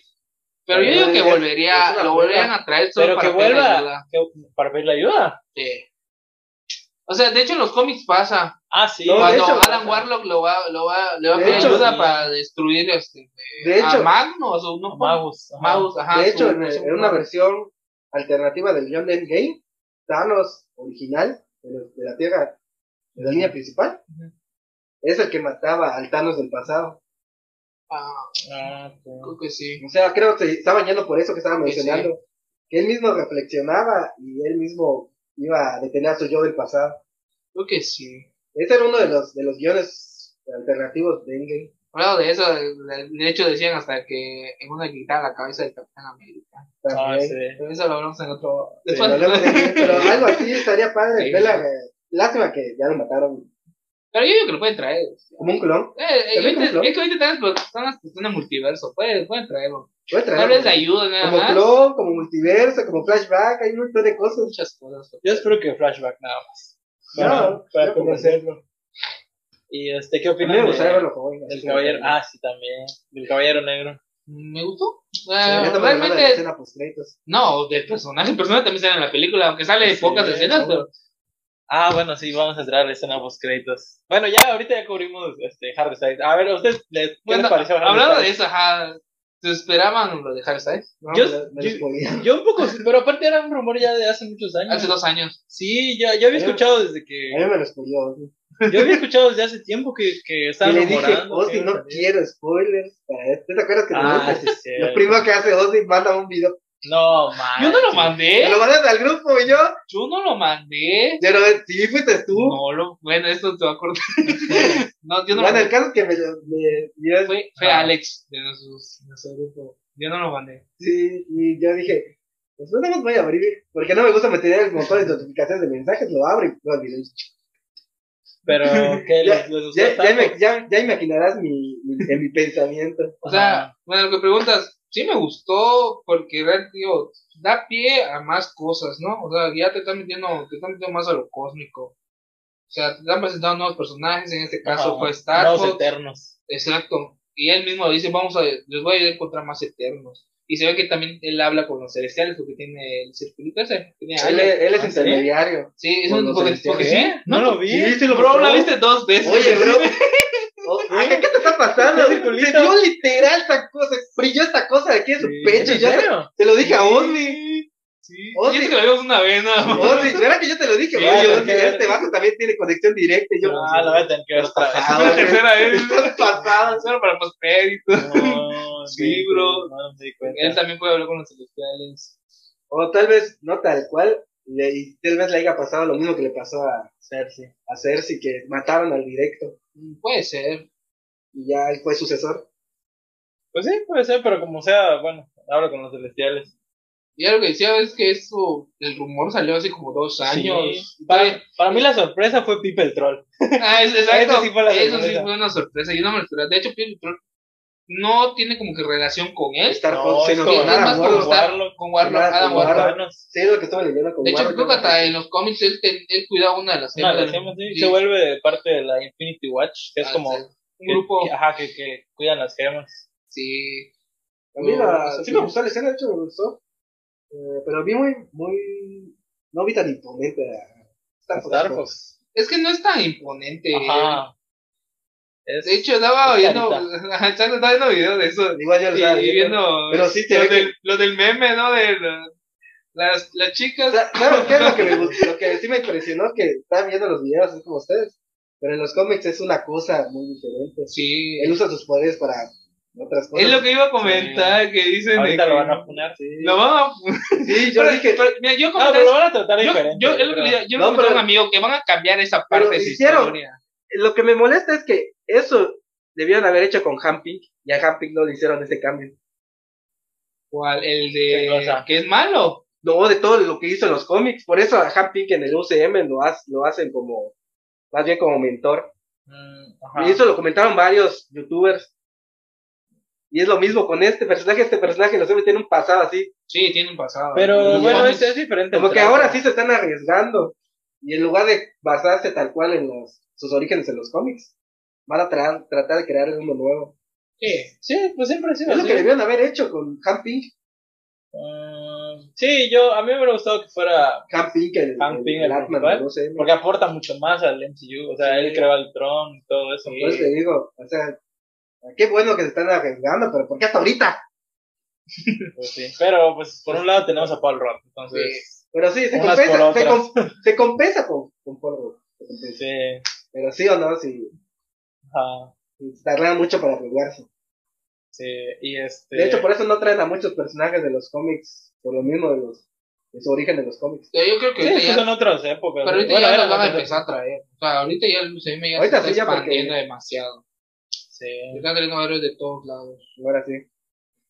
Pero yo digo que Es- volvería, es una lo prueba. volverían a traer solo Pero que para pedir vuelva ayuda. que- para pedir la ayuda. Sí. O sea, de hecho en los cómics pasa. Ah, sí. No, de cuando hecho, Alan Warlock lo va, lo va, le va a De pedir hecho, ayuda sí. para destruir este De a hecho, Magnus, o no, Magus. ajá. Magus, ajá. de hecho Ah, su- en, su- en una versión alternativa del guion de Endgame, Thanos original, de, la- de la Tierra, de la línea principal, Ujú. es el que mataba al Thanos del pasado. Ah, Ah, ok. creo que sí. O sea, creo que se estaba yendo por eso que estaba Que mencionando. Que él mismo reflexionaba y él mismo iba a detener a su yo del pasado. Creo que sí. Ese era uno de los, de los guiones alternativos de Endgame. Hablando de eso, de, de- de hecho decían hasta que en una quitaba la cabeza del Capitán América. Ah, también. sí. Pero eso lo hablamos en otro. Sí, Después, lo hablamos de Endgame, pero algo así estaría padre. Sí. vela, eh, lástima que ya lo mataron pero yo digo que lo pueden traer. Como un clon. Eh, eh, ¿También ahorita- clon? es que ahorita están las están las cuestiones multiverso. Pueden, pueden traerlo. Puede traer Tal vez como- de ayuda nada Como más. clon, como multiverso, como flashback, hay un montón de cosas. Muchas cosas. Yo espero que flashback nada más. No, Para, para yo como- conocerlo. ¿Y este qué A mí me opinan de- gustaría verlo joven. del caballero? Ah, sí, también. Del caballero negro. Me gustó. Eh, Ahorita me acuerdo de la realmente, escena post-créditos. no, del personaje. El personaje también sale en la película, aunque sale Sí, pocas sí, escenas, no. pero Ah, bueno, sí, vamos a entrar a la escena post créditos. Bueno, ya ahorita ya cubrimos este Harry Styles. A ver, ¿a usted les, qué Bueno, les pareció Harry hablando de Styles? eso, ajá, ¿te esperaban lo de Harry Styles? No, Yo- me lo- me lo yo- spoilearon. Yo un poco, sí, pero aparte era un rumor ya de hace muchos años. Mm. Hace dos años. Sí, ya, ya había Eh. escuchado desde A que mí me lo spoileó. Y yo había escuchado desde hace tiempo que que estaban le dije, rumorando. Ozzy, que- no quiero spoilers para esto. ¿Tú ¿Te acuerdas que te Ah, dije? sí, sí. Lo primero que hace Ozzy manda un video. No, man. Yo no lo Me mandé, Ah, lo mandas al grupo y yo. yo no lo mandé. Yo no, si fuiste tú. No, lo, bueno, esto te va a cortar. no, yo bueno, no Pues lo el mandé. caso es que me lo. me- yo- Fue, fue Ah. Alex de nuestro, de nuestro grupo. Yo no lo mandé. Sí, y yo dije, pues nada más voy a abrir, porque no me gusta meter el montón de notificaciones de mensajes, lo abro y lo olvido. Pero que les, les gustó Ya, ya, Pues tanto. ima- ya, ya imaginarás mi, mi, mi pensamiento. O sea, Ajá. bueno, lo que preguntas, sí me gustó porque realmente digo, da pie a más cosas, ¿no? O sea, ya te están metiendo, te están metiendo más a lo cósmico. O sea, te están presentando nuevos personajes, en este caso Ajá. fue Nuevos Starfox. eternos. Exacto. Y él mismo dice, vamos a, les voy a ayudar a encontrar más eternos. Y se ve que también él habla con los celestiales, porque tiene el circulito ese. Tiene Él, alas. es- él es ¿Ah, sí? intermediario. Sí, es Con un los porque, porque sí. ¿Eh? No lo vi. Sí, sí lo Bro, la mostró. viste dos veces. Oye, bro. o- ay, ¿Qué te está pasando? ¿Qué Se circulito? vio literal esta cosa, brilló esta cosa de aquí en su Sí. pecho. ¿En Yo te, serio? te lo dije a Ozzy. Sí. Ozzy. Y es que la vimos una vez nada más. Ozzy, ¿verdad que yo te lo dije? Sí, Oye, porque- Ozzy, este vaso también tiene conexión directa. Y yo, Ah, la voy a tener que ver otra vez. Ah, Es la güey. tercera vez. Estás pasado. Solo para los créditos. No, Sí, bro. No me di Él cuenta. también puede hablar con los celestiales. O tal vez no tal cual, le, y tal vez le haya pasado lo mismo que le pasó a Cersei, a Cersei que mataron al directo Mm, Puede ser. y ya él fue sucesor. Pues sí, puede ser, pero como sea, bueno, hablo con los celestiales. Y algo que decía es que eso, el rumor salió hace como dos años. Sí. Para, para mí la sorpresa fue Pipe el Troll. Ah, es- exacto. Eso sí fue la Eso sí sorpresa. fue una sorpresa. Yo no me lo esperaba. De hecho, Peter Troll no tiene como que relación con él. Star Fox se es nos como- Sí, ganara nada más Warlock. como Star- con Warlock, Nada, Adam como Warlock. Warlock. Buenos. Sí, lo que estuve leyendo con De hecho, Warlock, creo que ¿no? hasta en los cómics él, ten- él cuidaba una de las No, la hembras. hacemos, sí. Sí. Se vuelve parte de la Infinity Watch, que es Ah, como sí. un que- grupo. que- ajá, que, que cuidan las gemas. Sí. A mí la- Eso sí sí. me gustó la escena, de hecho me gustó. Eh, pero vi muy, muy, no vi tan imponente a Star Fox. Star Fox. Es que no es tan imponente. Ajá. Es- De hecho, estaba Es viendo, ajá, exacto, estaba viendo videos de eso. Igual yo lo Y, estaba y viendo. viendo Pero sí te lo, ve que- del, lo del meme, ¿no? De la- las, las chicas. Sa- ¿Sabes qué es lo que me gustó? Lo que sí me impresionó que estaba viendo los videos, es como ustedes. Pero en los cómics es una cosa muy diferente. sí. Él usa sus poderes para otras cosas. Es lo que iba a comentar, que dicen. de Ahorita que- lo van a poner. Sí. Lo van a- Sí, yo Pero- dije, pero, mira, yo Ah, comenté- pero lo van a tratar yo, diferente. yo- es lo que creo. le- yo le No, comenté a un pero- amigo que van a cambiar esa pero parte de su hicieron. historia. lo que me molesta es que eso debieron haber hecho con Hamping y a Hamping no le hicieron ese cambio. ¿Cuál? El ¿Qué de cosa? que es malo. No, de todo lo que hizo en los cómics. Por eso a Hamping en el UCM lo, ha- lo hacen como, más bien como mentor. Mm, ajá. Y eso lo comentaron varios youtubers. Y es lo mismo con este personaje. Este personaje lo siempre tiene un pasado así. Sí, tiene un pasado. Pero Los bueno, este cómics- es, es diferente. el Como que trato. ahora sí se están arriesgando. Y en lugar de basarse tal cual en los, sus orígenes en los cómics, van a tra- tratar de crear uno nuevo. Sí. Sí, pues siempre ha sido Es lo así. que debieron haber hecho con Hamping. Ah, sí, yo, a mí me hubiera gustado que fuera, Hank Pink, el, Hank el- Pym, el el Atman, principal. no sé. porque aporta mucho más al MCU, o sea, Sí. él creó el Tron y todo eso. Por eso te digo, o sea, qué bueno que se están arriesgando, pero ¿por qué hasta ahorita? Pues sí. Pero, pues, por un lado tenemos a Paul Rudd, entonces, Pero sí, se Unas compensa, por se, otras. com- se compensa con, con Paul Rudd, se sí, compensa. Pero sí o no, si ajá, si tardan mucho para arriesgarse. sí, y este... De hecho, por eso no traen a muchos personajes de los cómics, por lo mismo de los de su origen de los cómics. eh, Yo creo que sí, ahorita es que ya. son otras épocas. Pero ahorita Bueno, ya eran los van a otras empezar a traer. O sea, ahorita ya el UCM ya Ahorita se sí, está ya porque- expandiendo demasiado. épocas. Sí, Están trayendo héroes de todos lados. Ahora sí.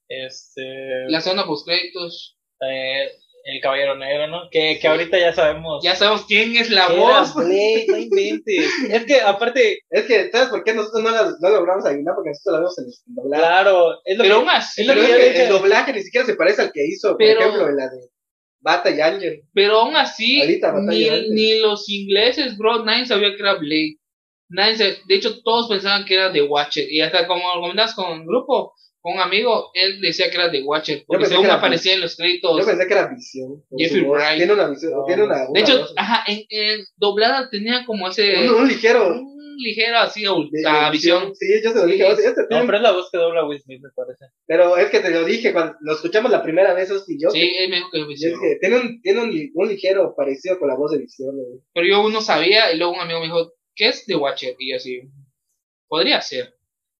este... La zona post créditos. eh, el Caballero Negro, ¿no? Que, que ahorita ya sabemos... Ya sabemos quién es la que era voz. Blade, no inventes. Es que, aparte, Es que, ¿sabes por qué nosotros no, la- no logramos adivinar? Porque nosotros la vemos en el doblaje. claro, es lo Pero que... aún así, es lo Pero que es yo que dije. el doblaje ni siquiera se parece al que hizo, Pero- por ejemplo, en la de Bata y Angel. pero aún así, Ahorita, ni, batalla antes. ni los ingleses, bro, nadie sabía que era Blade. Nadie sab- de hecho, todos pensaban que era The Watcher. Y hasta como comentabas con el grupo, un amigo, él decía que era de Watcher, porque pensé según que era aparecía en los Yo créditos. pensé que era visión. por Jeffrey su voz. Pues, Wright. Tiene una visión. No, tiene una, De una hecho, ah, voz- ajá, en, en doblada tenía como ese un, un ligero. un ligero así de- ultra de visión. Sí, yo se lo dije. Sí. o sea, este No, tiene- pero... pero es la voz que dobla Will Smith, me parece. es que te lo dije cuando lo escuchamos la primera vez, Oski y yo. Sí, él me dijo que es y es visión. que tiene un, tiene un, li- un ligero parecido con la voz de visión. güey. Pero yo no sabía, y luego un amigo me dijo, ¿qué es The Watcher? Y yo así, podría ser.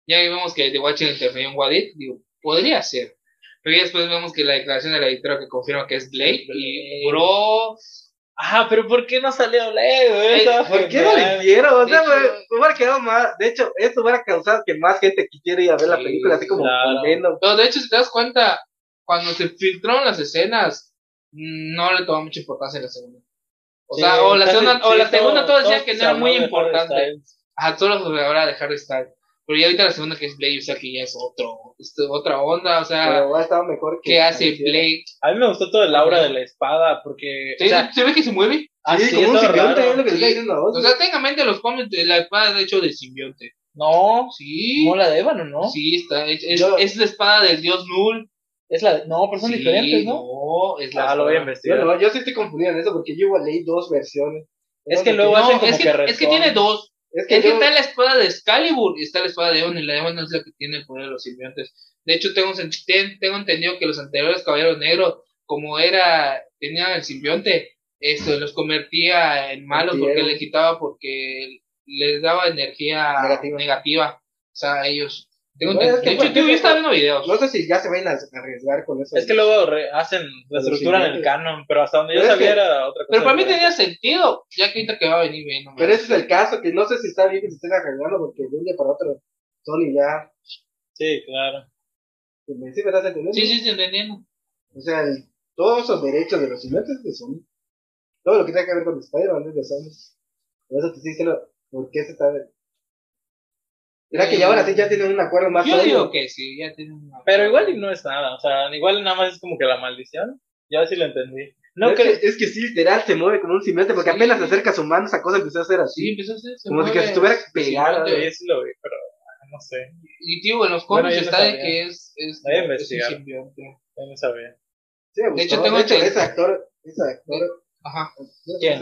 Ya ahí vemos que The Watcher interfirió en Wadid, digo, podría ser. Pero ya después vemos que la declaración de la editora que confirma que es Blake, y bro, Ah, pero ¿por qué no salió Blade, güey? Ey, Estaba ¿Por qué no genial. ligero? O De sea, hecho- güey, hubiera quedado más. De hecho, esto hubiera causado que más gente quisiera ir a ver la Sí, película, así como claro. con Venom. Pero de hecho, si te das cuenta, cuando se filtraron las escenas, no le tomó mucha importancia la segunda. O Sí, sea, o la casi- segunda, o sí, la segunda todos decían que no se era muy habló de Harry importante. Styles. Ajá, solo sobre ahora dejar de estar. Pero ya ahorita la segunda que es Blade, o sea que ya es otro, es otra onda, o sea, Pero hubiera estado mejor que. ¿qué Ah, hace pareciera. Blade? A mí me gustó todo el aura de la espada, porque. ¿Se, o sea, se ve que se mueve? Ah, Sí, así como un ¿eh? todo simbionte, raro. es lo que le está diciendo a vos. O sea, técnicamente los cómics de la espada es de hecho de simbionte. No, Sí, no la de Ébano, ¿no? sí, está, es, es, Yo- es la espada del dios Null. Es la, no, pero son Sí, diferentes, ¿no? No, es la Ah, lo voy a espada- Yo, investigar. no, yo sí estoy confundido en eso porque yo igual leí dos versiones. Es que No, luego- hacen No, como es que, que es que tiene retoma. dos. Es que, Es que yo- está la espada de Excalibur y está la espada de Eon, y la de Eon es la que tiene el poder de los simbiontes. De hecho, tengo, sen- ten- tengo entendido que los anteriores caballeros negros, como era, tenían el simbionte, eso los convertía en malos porque Entiendo. le quitaba, porque les daba energía Negativa. negativa. O sea, ellos. Tengo Bueno, es entendido. que pues, de fue- hecho, tío, yo estaba viendo videos. no sé si ya se vayan a arriesgar con eso. Es que luego re- hacen, la Los estructura en el siguientes. canon, pero hasta donde yo Pero es sabía que- era otra cosa. Pero para mí diferente. tenía sentido, ya que ahorita que va a venir bien. Pero ese es el caso, que no sé si está bien que se estén arriesgando porque de un día para otro Sony ya. Sí, claro. ¿Sí me sí me estás entendiendo? Sí, sí, sí, entendiendo. O sea, el- todos los derechos de los siguientes es de Sony. Todo lo que tenga que ver con Spider-Man es de Sony. Por eso te estoy diciendo, ¿por qué se está.? Mira que ya ahora sí ya tienen un acuerdo más Yo sólido. digo que sí, ya tiene una- Pero igual y no es nada, o sea, igual nada más es como que la maldición. Ya sí lo entendí. No Es creo. que, es que sí, literal, se mueve como un simbionte porque Sí. apenas se acerca a su mano, esa cosa empezó a hacer así. Sí, empezó a hacer. se Como si que mueve se estuviera el pegada, simbionte. Sí, sí lo vi, pero ah, no sé, Y tío, en los Bueno, cómics yo no está de sabía. que es, es, Voy a es un investigar. simbionte. yo no sabía. Sí, me De gustó. hecho, tengo de hecho, que- ese actor, ese actor. Ajá. ¿Quién?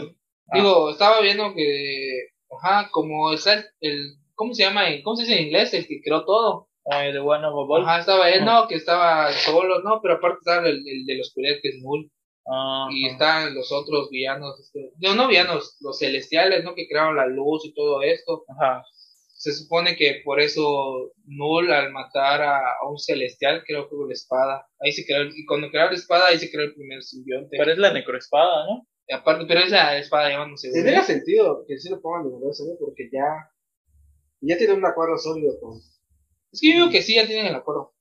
Ah. Digo, estaba viendo que, ajá, como está el, el- ¿cómo se llama? en- ¿Cómo se dice en inglés? El que creó todo. Ay, The One of a Ball. Ajá, estaba él, Ah. no, que estaba solo, no, pero aparte estaba el, el de los culés, que es Null, Ah, y están los otros villanos, este, no, no villanos, los celestiales, ¿no? Que crearon la luz y todo esto. Ajá. Se supone que por eso Null al matar a, a un celestial creo que con la espada. Ahí se creó, y cuando crearon la espada ahí se creó el primer simbionte. Pero es la necroespada, ¿no? Y aparte, pero esa espada llamándose Tendría sentido que sí lo pongan de verdad, ¿sabes? Porque ya. Ya tienen un acuerdo sólido con. Es que yo digo que sí, ya tienen el acuerdo.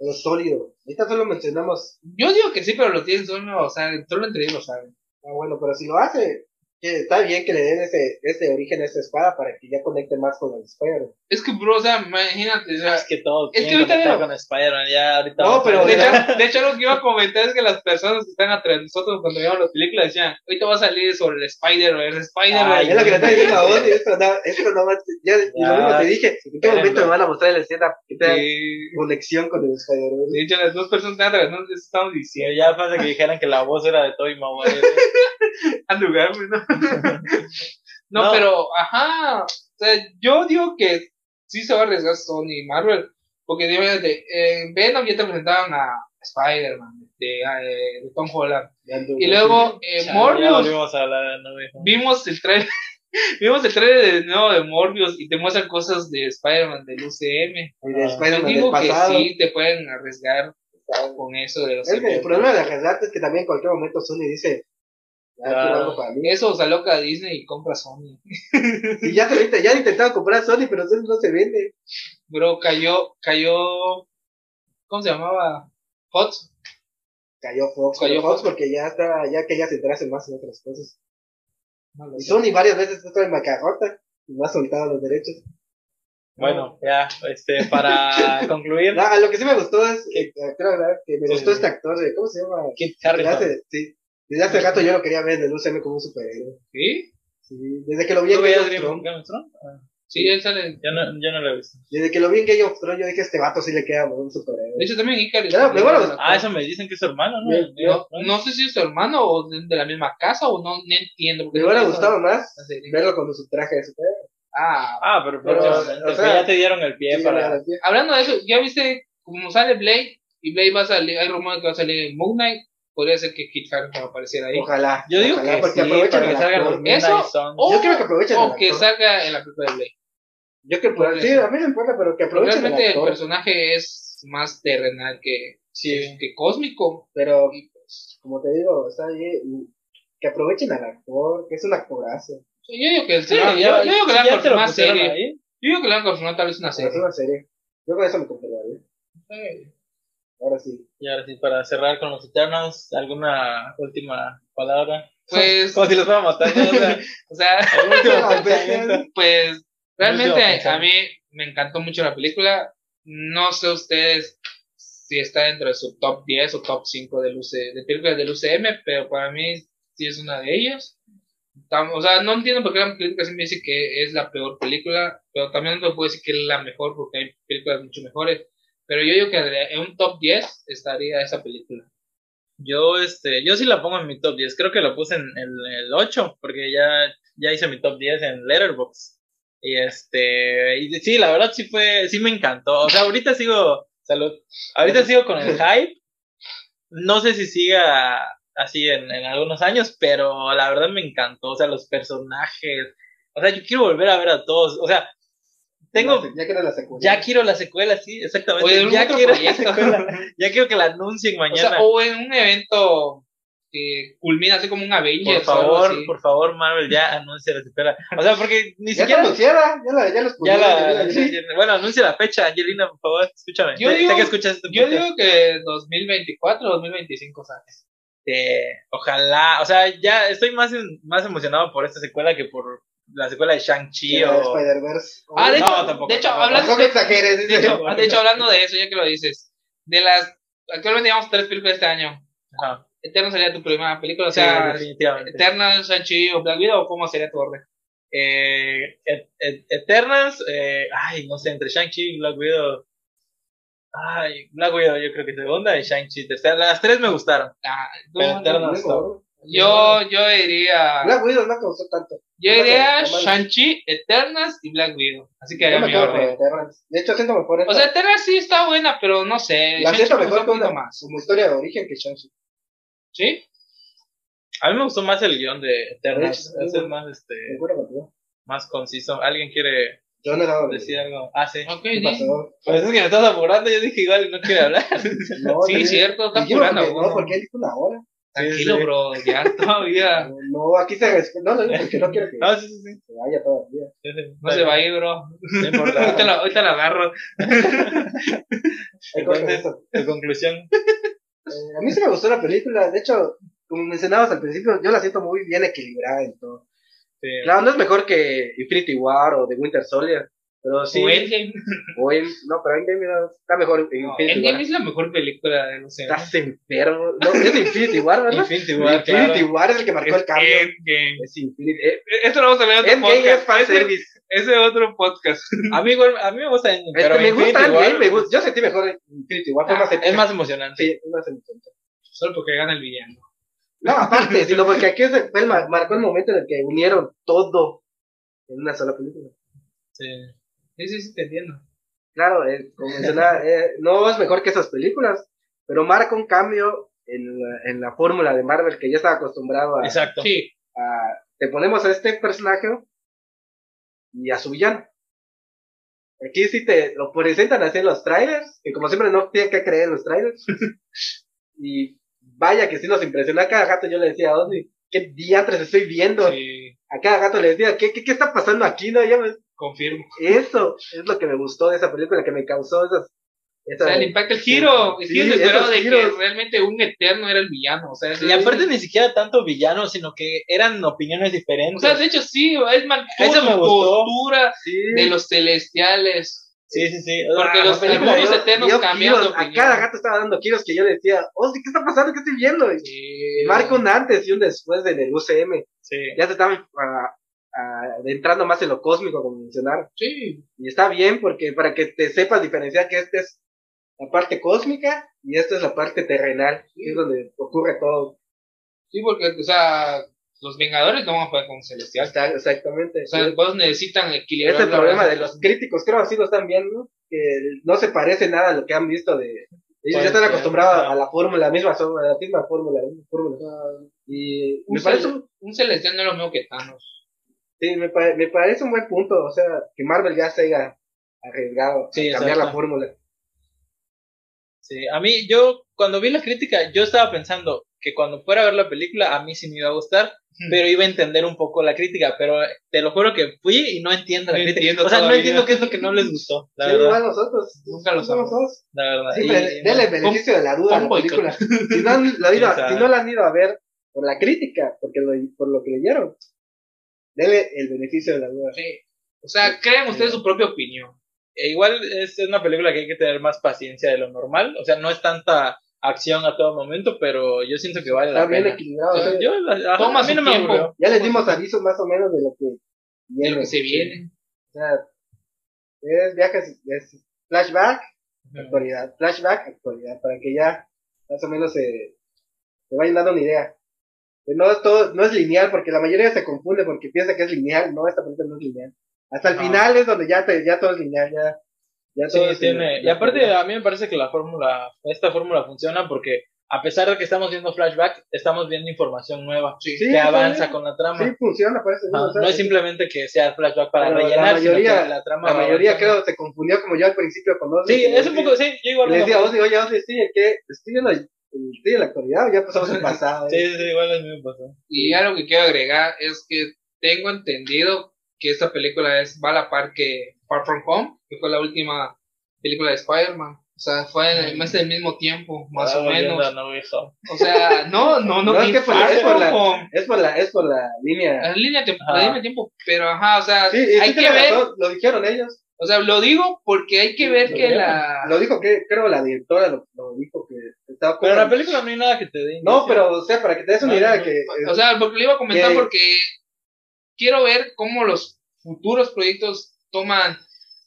Pero sólido. Ahorita solo mencionamos. Yo digo que sí, pero lo tienen solo, o sea, solo entre ellos lo saben. Ah, bueno, pero si lo hace, que está bien que le den ese, ese origen a esa espada para que ya conecte más con el spider Es que, bro, o sea, imagínate, o sea, Es que todo Es que tiene ahorita conectar veo- con Spider-Man, ya ahorita. No, vamos a pero- de ver. hecho, de hecho, lo que iba a comentar es que las personas que están atrás de nosotros cuando veíamos las películas decían, ahorita va a salir sobre el Spider-Verse, Ay, Ah, Es lo Spider-Verse. que le está diciendo a vos, y esto no, esto no va a- ya, y lo mismo te dije, ¿en qué momento me van a mostrar la escena que tenga Ah, Sí. conexión con el Spider-Man? De hecho, las dos personas que están atrás de nosotros estamos Sí, diciendo, ya pasa que dijeran que la voz era de Toy Maguire. ¿eh? al lugar, güey, ¿no? no, No. pero, ajá. O sea, yo digo que sí se va a arriesgar Sony y Marvel. Porque, digo, fíjate, en Venom ya te presentaban a Spider-Man de, a, eh, de Tom Holland. Y luego, eh, Ya Morbius. volvimos a hablar de nuevo, hijo. Vimos el trailer. Vimos el trailer de nuevo de Morbius y te muestran cosas de Spider-Man del UCM. Y de Ah. Yo Spider-Man del digo que pasado. sí te pueden arriesgar con eso de los Es que el eventos. problema de arriesgarte es que también en cualquier momento Sony dice, ya Claro. quiero algo para mí. Eso, o sea, loca Disney y compra Sony. Y ya, te, ya han intentado comprar Sony, pero Sony no se vende. Bro, cayó, cayó. ¿Cómo se llamaba? Hot. Cayó Fox, Cayó cayó Fox Fox. porque ya está, ya que ya se interesa más en otras cosas. No lo Y sé. Sony varias veces está en bancarrota y no ha soltado los derechos. Bueno, ya, este, para concluir, No, a lo que sí me gustó es, eh, quiero hablar que me Sí, gustó sí. este actor de, ¿cómo se llama? Kit Desde Harington. hace, sí, desde hace rato yo lo quería ver en el UCM como un superhéroe. ¿Sí? Sí, desde que lo vi ¿Tú en veías Game of Thrones. Game of Thrones? Ah. Sí, él sale. Yo no, yo no lo he visto. Desde que lo vi en Game of Thrones, yo dije, este vato sí le queda un superhéroe. De hecho, también Icarus. Claro, pero bueno, Ah, eso me dicen que es su hermano, ¿no? Yo- no, no sé si es su hermano o de de la misma casa o no, no entiendo. Porque Me hubiera no- gustado más la serie. verlo con su traje de superhéroe. Ah, Ah, pero, Pero, próximamente, o pues sea, ya te dieron el pie Sí, para... la- la- hablando de eso, ya viste como sale Blade y Blade va a salir. Hay rumores que va a salir en Moon Knight. Podría ser que Kit Harington apareciera ahí. Ojalá. Yo digo ojalá, que porque sí, aprovechan para que al salgan actor. los Midnight Eso, Suns. o- Yo creo que aprovechen al O actor. que salga en la película de Blade. Yo creo que sí, a mí no me importa, pero que aprovechen al Realmente el actor. personaje es más terrenal que, Sí. que cósmico. Pero, como te digo, o sea, y- que aprovechen al actor, que es un actorazo. Yo digo que, sí, Ah, yo, yo digo sí, que le ya han te lo confirmado más pusieron serie. ahí. Yo digo que le han confirmado tal vez una Es serie. una serie. Yo con eso me conformaría. Ahora sí. Y ahora sí, para cerrar con los Eternals, ¿alguna última palabra? Pues, Como si los fuera a matar, ¿no? O sea, o sea, algún último Al pensamiento. pues realmente último a, pensamiento. mí me encantó mucho la película. No sé ustedes si está dentro de su top 10 o top 5 del UC de películas del UCM, pero para mí sí es una de ellas. Tam- O sea, no entiendo por qué la película siempre dice que es la peor película, pero también no puedo decir que es la mejor porque hay películas mucho mejores. Pero yo digo que de- en un top 10 estaría esa película. Yo, este, yo sí la pongo en mi top 10. Creo que la puse en el, el 8, porque ya, ya hice mi top 10 en Letterboxd. Y este, y sí, la verdad sí fue, sí me encantó. O sea, ahorita sigo, salud. Ahorita sigo con el hype. No sé si siga así en, en algunos años, pero la verdad me encantó. O sea, los personajes. O sea, yo quiero volver a ver a todos. O sea, tengo, Ya que era la secuencia. ya quiero la secuela, sí, exactamente. O en Pues ya otro quiero la proyecto. secuela. Ya quiero que la anuncien O sea, mañana. o en un evento que culmina así como un Por Avengers. o algo favor, así. por favor, Marvel, ya anuncia la secuela. O sea, porque ni Ya que siquiera. la anunciara, ya la, ya los Ya la, pusieron, ya bueno, anuncia la fecha, Angelina, por favor, escúchame. Yo sé, sé digo- que escuchas este Yo podcast. digo que 2024, 2025 sales. Este, ojalá, o sea, ya estoy más, en- más emocionado por esta secuela que por la secuela de Shang-Chi la de o. Spider-Verse. Ah, de No, hecho, tampoco, de hecho tampoco. hablando, No me de, exageres, de dice. hecho, de hecho, hablando de eso, ya que lo dices, de las. Actualmente llevamos tres películas este año. Ajá. Eterno sería tu primera película, o Sí, sea, definitivamente. Eterna, Shang-Chi o Black Widow, ¿cómo sería tu orden? Eh, Et- Et- Eternals, eh, ay, no sé, entre Shang-Chi y Black Widow. Ay, Black Widow, yo creo que segunda y Shang-Chi tercera. Las tres me gustaron. Ah, tú- Pero Eterno está. yo, yo diría. Black Widow no causó tanto. Yo Black- diría Black- Shang-Chi, Eternas y Black Widow. Así que Yo haría me mi quedo con orden. Eternas. De hecho, siento mejor esta O sea, Eternas sí está buena, pero no sé. La Shang-Chi siento me mejor gustó que un poquito una- más. como historia de origen que Shang-Chi. ¿Sí? A mí me gustó más el guión de Eternals. De hecho, Ese es más, este, Ninguna contigo. más conciso. ¿Alguien quiere Yo no era decir algo? Ah, sí. Ok, ¿Qué di- pasó? Pues es que me estás apurando, yo dije igual no quiere hablar. No, Sí, te- cierto, está dijimos que apurando a No, uno. porque él dijo una hora. Tranquilo, sí. bro, ya todavía. No, aquí se. No, no, porque no quiero que No, sí, sí, sí. se vaya todavía. Sí, sí. No se va a ir, bro. No importa. Ahorita la, ahorita la agarro. Hay cosas que Entonces- gustan. Tu conclusión. Eh, a mí sí me gustó la película. De hecho, como mencionabas al principio, yo la siento muy bien equilibrada en todo. Sí. Claro, no es mejor que Infinity War o The Winter Soldier. Pero sí. O Endgame. O en- no, pero Endgame era- está mejor. en No, Infinity Endgame War. es la mejor película de los Estás enfermo. No, es Infinity War, ¿verdad? Infinity War, claro. Infinity War es el que marcó el cambio. Endgame. E-, Es Infinity. eh, Esto lo vamos a ver en otro Endgame es podcast. fan Ese, service. ese otro podcast. A mí, igual- a mí me gusta. Este, pero me gusta Infinity Endgame, War Ah, me gusta. Yo sentí mejor Infinity War. Fue más Es épica. más emocionante. Sí, es más emocionante. Solo porque gana el villano. No, aparte, sino porque aquí se fue el mar- marcó el momento en el que unieron todo en una sola película. Sí. Sí, sí, sí, te entiendo. Claro, eh, como mencionaba, eh, no es mejor que esas películas, pero marca un cambio en la, en la fórmula de Marvel que ya estaba acostumbrado a, Exacto. Sí, a- te ponemos a este personaje y a su villano. Aquí sí te lo presentan así en los trailers, que como siempre no tienen que creer en los trailers. y vaya que sí nos impresiona. A cada gato yo le decía a Ozzy, ¿qué diantres estoy viendo? sí, A cada gato le decía, ¿qué, qué, qué está pasando aquí? No, ya me- confirmo. Eso es lo que me gustó de esa película, que me causó esas... O sea, esas el impacto, el giro. El Sí, giro inesperado esos de que giros. realmente un eterno era el villano. O sea, es- Y aparte ni siquiera tanto villanos, sino que eran opiniones O diferentes. sea, de hecho, sí, él mantuvo Eso me su gustó. postura sí. de los celestiales. sí, sí, sí. Porque Ah, los- pero- algunos Dio- eternos dio cambian de giros, A opinión. cada gato estaba dando giros que yo le decía, Ozzy, ¿qué está pasando? ¿Qué estoy viendo? Y Sí. Marca un antes y un después del UCM. sí. Ya se estaban ah, ah, entrando más en lo cósmico, como mencionaron. Sí, Y está bien porque para que te sepas diferenciar que esta es la parte cósmica y esta es la parte terrenal, que es donde ocurre todo. sí, porque, o sea, los Vengadores no van a poder con Celestial. Está- exactamente. O sea, todos necesitan Ese es equilibrar. el la Este problema balanza. de los críticos, creo así lo están viendo, que no se parece nada a lo que han visto de... Ellos Puede ya están ser, acostumbrados ajá. a la fórmula, la misma, so- la misma fórmula, la misma fórmula. Y Un me parece, cel- un- Un Celestial no es lo mismo que Thanos. sí, me, pa- me parece un buen punto, o sea, que Marvel ya se haya arriesgado Sí, a cambiar la exacto. fórmula. Sí, a mí, yo, cuando vi la crítica, yo estaba pensando que cuando fuera a ver la película, a mí sí me iba a gustar, Hmm. pero iba a entender un poco la crítica, pero eh, te lo juro que fui y no entiendo la No crítica. entiendo o sea, todavía. no entiendo qué es lo que no les gustó, la Sí, verdad, igual nosotros. Nunca lo somos sabemos. dos. la verdad. Sí, Y- dele- dele el beneficio de la duda a la pon boicot. película. Si no, han- la han ido a- Quién sabe. si no la han ido a ver por la crítica, porque lo, por lo que leyeron, dele el beneficio de la duda. Sí. O sea, creen ustedes su propia opinión. e igual es una película que hay que tener más paciencia de lo normal, o sea, no es tanta acción a todo momento, pero yo siento que vale Está la bien pena. equilibrado. o Sí, sea, Yo, la- ajá, Toma a mí su no me tiempo. aburrió. ya les dimos aviso más o menos de lo que de viene. lo que se viene. O sea, es viajes, es flashback, Ujú. actualidad, flashback, actualidad, para que ya más o menos se, se vayan dando una idea. Que No es todo, no es lineal, porque la mayoría se confunde porque piensa que es lineal, no, esta película no es lineal. Hasta el No. final es donde ya, te, ya todo es lineal, ya, ya Sí, todo es tiene. lineal. Y aparte, a mí me parece que la fórmula, esta fórmula funciona porque a pesar de que estamos viendo flashback, estamos viendo información nueva Sí. Sí, que está avanza bien. con la trama. Sí, funciona, parece. Ah, no es simplemente que sea flashback para Pero la rellenar, sino que mayoría- la trama La va mayoría, avanzando. creo, se confundió como yo al principio con Ozzy. Sí, que le es un decía- poco, sí, yo igual. que Le lo decía a Ozzy, mismo. oye, Ozzy, sí, ¿en qué? Estoy en la, en- estoy en la actualidad, o ya pasamos el pasado. Sí, sí, sí, igual es mismo pues, pasó. Y algo que quiero agregar es que tengo entendido que esta película es va a la par que Far From Home, que fue la última película de Spider-Man. O sea, fue en el, más del mismo tiempo, más Ah, o menos. volviendo a No Way Home. O sea, no, no, no, No, es ni que por- Far es por From la- Home. Es por la, es por la línea. La línea tem- Ajá. la línea de tiempo, pero ajá, o sea, Sí, y sí hay que tiene ver, razón, lo dijeron ellos. Ah, o sea, lo digo porque hay que ver lo que digo. la... Lo dijo que, creo la directora lo, lo dijo que estaba Pero en la como- película no hay nada que te dé. No, indicio. pero o sea, para que te des una No, idea de no, que O sea, porque lo iba a comentar Que- porque quiero ver cómo los futuros proyectos toman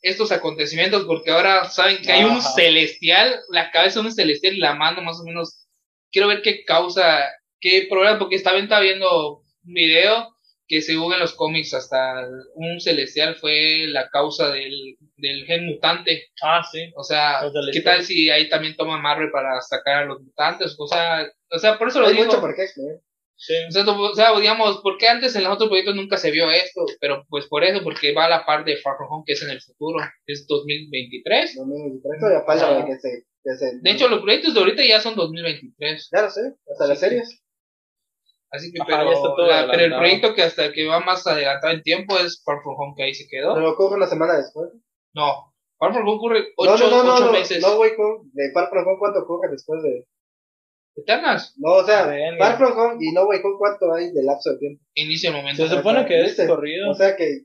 estos acontecimientos, porque ahora saben que hay un Ajá. celestial, la cabeza de un celestial y la mano más o menos. Quiero ver qué causa, qué problema, porque estaba estaba viendo un video que según en los cómics hasta un celestial fue la causa del, del gen mutante. Ah, sí. O sea, Los ¿qué celestiales. tal si ahí también toma Marvel para sacar a los mutantes? O sea, o sea por eso lo hay digo. mucho ¿eh? por qué explorar. Sí. O sea, tú- o sea, digamos, ¿por qué antes en los otros proyectos nunca se vio esto? Pero pues por eso, porque va a la par de Far From Home, que es en el futuro, es 2023. No me interesa de pala Ajá. para que se, que se- De hecho, los proyectos de ahorita ya son 2023. ya lo sé, hasta las Sí, sí. series. Así que, Ajá, pero, ya está todo la- adelantado. pero el proyecto que hasta que va más adelantado en tiempo es Far From Home, que ahí se quedó. Pero ocurre una semana después. No, Far From Home ocurre 8, no, no, no, no, meses. no, güey, con- de Far From Home, ¿cuánto ocurre después de? Eternas, No, o sea, De Endgame. Far From Home y No Way Home, ¿cuánto hay de lapso de tiempo? inicia el momento. Se supone que es ¿Viste? corrido. O sea que,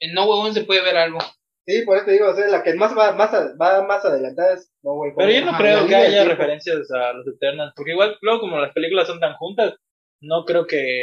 En No Way Home se puede ver algo. sí, por eso te digo, o sea, la que más va más, a- va más adelantada es No Way Home. Pero yo no Ajá, la creo que línea de haya tiempo. referencias a los Eternals, porque igual, luego, como las películas son tan juntas, no creo que,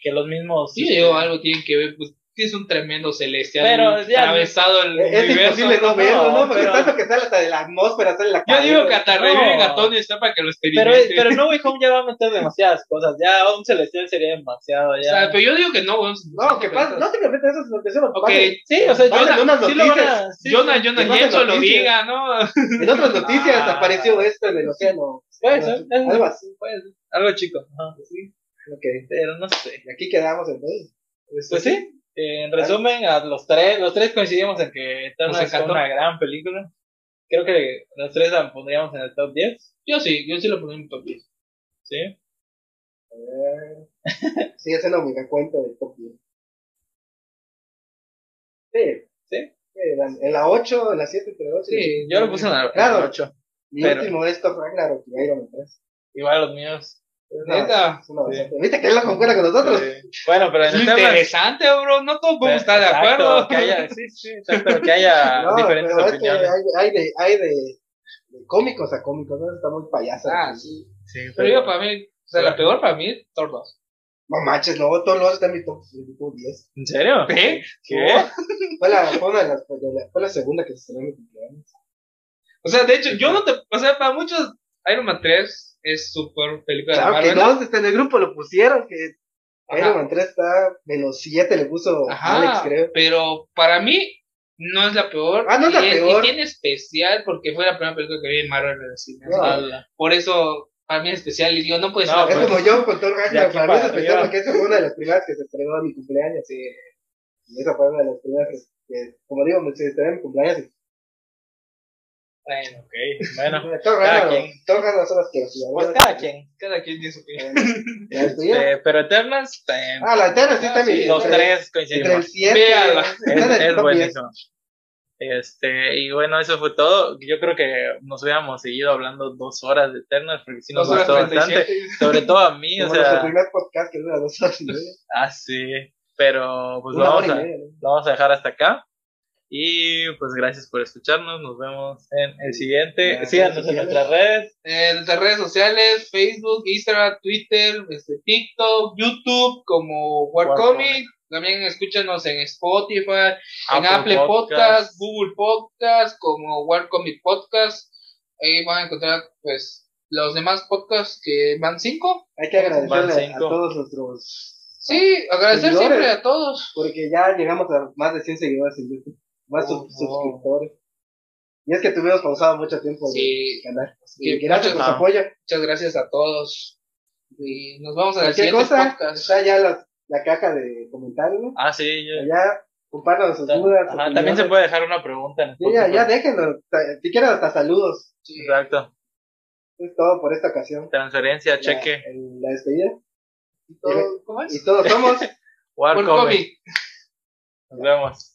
que los mismos. Sí, yo algo tienen que ver, pues es un tremendo celestial. Pero ya- un e-, atravesado el Es universo. imposible no verlo, ¿no? no, Porque pero- tanto que sale hasta de la atmósfera, sale la Yo cadena. digo que hasta No. reviven a Tony está para que lo pero, experimente. pero No Way Home ya va a meter demasiadas cosas. Ya un celestial sería demasiado. O Ya. sea, pero yo digo que no, güey. No, que pasa, no simplemente eso es lo que se nos Ok, pasa. sí, o sea, Pasen Jonah- unas sí lo van a- noticias. sí, Jonah, sí, Jonah que pasen Jameson lo noticias. diga, ¿no? En otras noticias Ah. apareció esto en el océano. puede ser, es- Algo así. puede ser, algo chico. ajá. Ok, Pero no sé. y aquí quedamos entonces. Pues sí. eh, En resumen, a los tres, los tres coincidimos en que Eternals Nos es encantó. una gran película. Creo que los tres la pondríamos en el top 10. Yo sí, yo sí lo pongo en mi top 10. Sí. Eh, Sigue siendo mi recuento del top 10. Sí. Sí. Eran En la 8, en la 7, pero 8. Sí, Yo lo puse en la Claro. 8. Mi pero- último es Thor Ragnarok y Iron Man 3. Igual los míos. Es una- Neta. es una Sí. basura. ¿Viste que él lo concuerda con nosotros? Bueno, pero Pues, en Es lo Eternals. eh, interesante, bro. No todos podemos estar de Exacto, acuerdo. Que haya, sí, sí, exacto, que haya No, Ah, diferentes pero es que opiniones. hay, hay de, hay de, de cómicos a cómicos, ¿no? Está muy payaso. Ah, sí. Sí, Pero yo para mí, o sea, la peor para mí es Thor 2. No manches, no, todos los están en mi top en mi top 10. ¿En serio? ¿Qué? ¿Qué? Fue la, fue una de las, de la- fue la segunda que se estrenó en mi cumpleaños. O sea, de hecho, yo no te. O sea, para muchos, Iron Man 3 es super película de Claro que Marvel. no, hasta en el grupo lo pusieron, que Ajá. Iron Man 3 está menos 7, le puso Ajá, Alex, creo. pero para mí no es la peor. Ah, no es la y peor. Y tiene especial porque fue la primera película que vi en Marvel en el cine. No. Ala. Por eso, para mí es especial. Y digo, no puede ser. No, pues, la es peor. como yo con Thor De Ragnarok, aquí para mí es para especial arriba. porque esa fue una de las primeras que se estrenó en mi cumpleaños, sí. Y esa fue una de las primeras que, que, como digo, se estrenó en mi cumpleaños. y- Bueno, Ok, bueno. Thor cada Ragnarok, quien. Thor Ragnarok son las que... pues cada quien. Cada quien tiene su opinión. La tuya. Eh, pero Eternals, eh, Ah, la Eterna sí está en mi... los tres Entre el coincidimos. 7 Véala. Es, está en el es top 10. buenísimo. Este, y bueno, eso fue todo. Yo creo que nos hubiéramos seguido hablando dos horas de Eternals, porque sí nos Dos horas gustó bastante. 37. Sobre todo a mí, o Como nuestro sea, primer podcast que dura dos horas y media. ah, sí. Pero pues Una vamos hora y a, media. ¿no? lo vamos a dejar hasta acá. Y pues gracias por escucharnos. Nos vemos en el siguiente. Gracias. Síganos en nuestras redes. En Eh, nuestras redes sociales, Facebook, Instagram, Twitter, este, TikTok, YouTube, como Warcomic. Warcomic. También escúchanos en Spotify, en Apple Apple Podcast. Podcast, Google Podcast, como Warcomic Podcast. Ahí van a encontrar, pues, los demás podcasts que van cinco. Hay que Van agradecerle a cinco. todos nuestros. Sí, agradecer Seguidores. siempre a todos. Porque ya llegamos a más de 100 seguidores en YouTube. Más Oh, sus- no. suscriptores. Y es que tuvimos pausado mucho tiempo Sí, el canal. Así Sí, que gracias muchas- por su ah. apoyo. muchas gracias a todos. Y nos vamos a la Cualquier siguiente cosa, podcast. está ya la, la caja de comentarios. Ah, sí. yo- Allá, compártanos sus ta- dudas. ajá, opiniones. también se puede dejar una pregunta. En Sí, ya, Spotify. ya déjenlo. ta- Si quieren, hasta saludos. Sí. Exacto. Es todo por esta ocasión. Transferencia, La- cheque. el- La, despedida. Y todo- ¿Cómo es? Y todos somos. Warcomic. Warcomic. Nos vemos.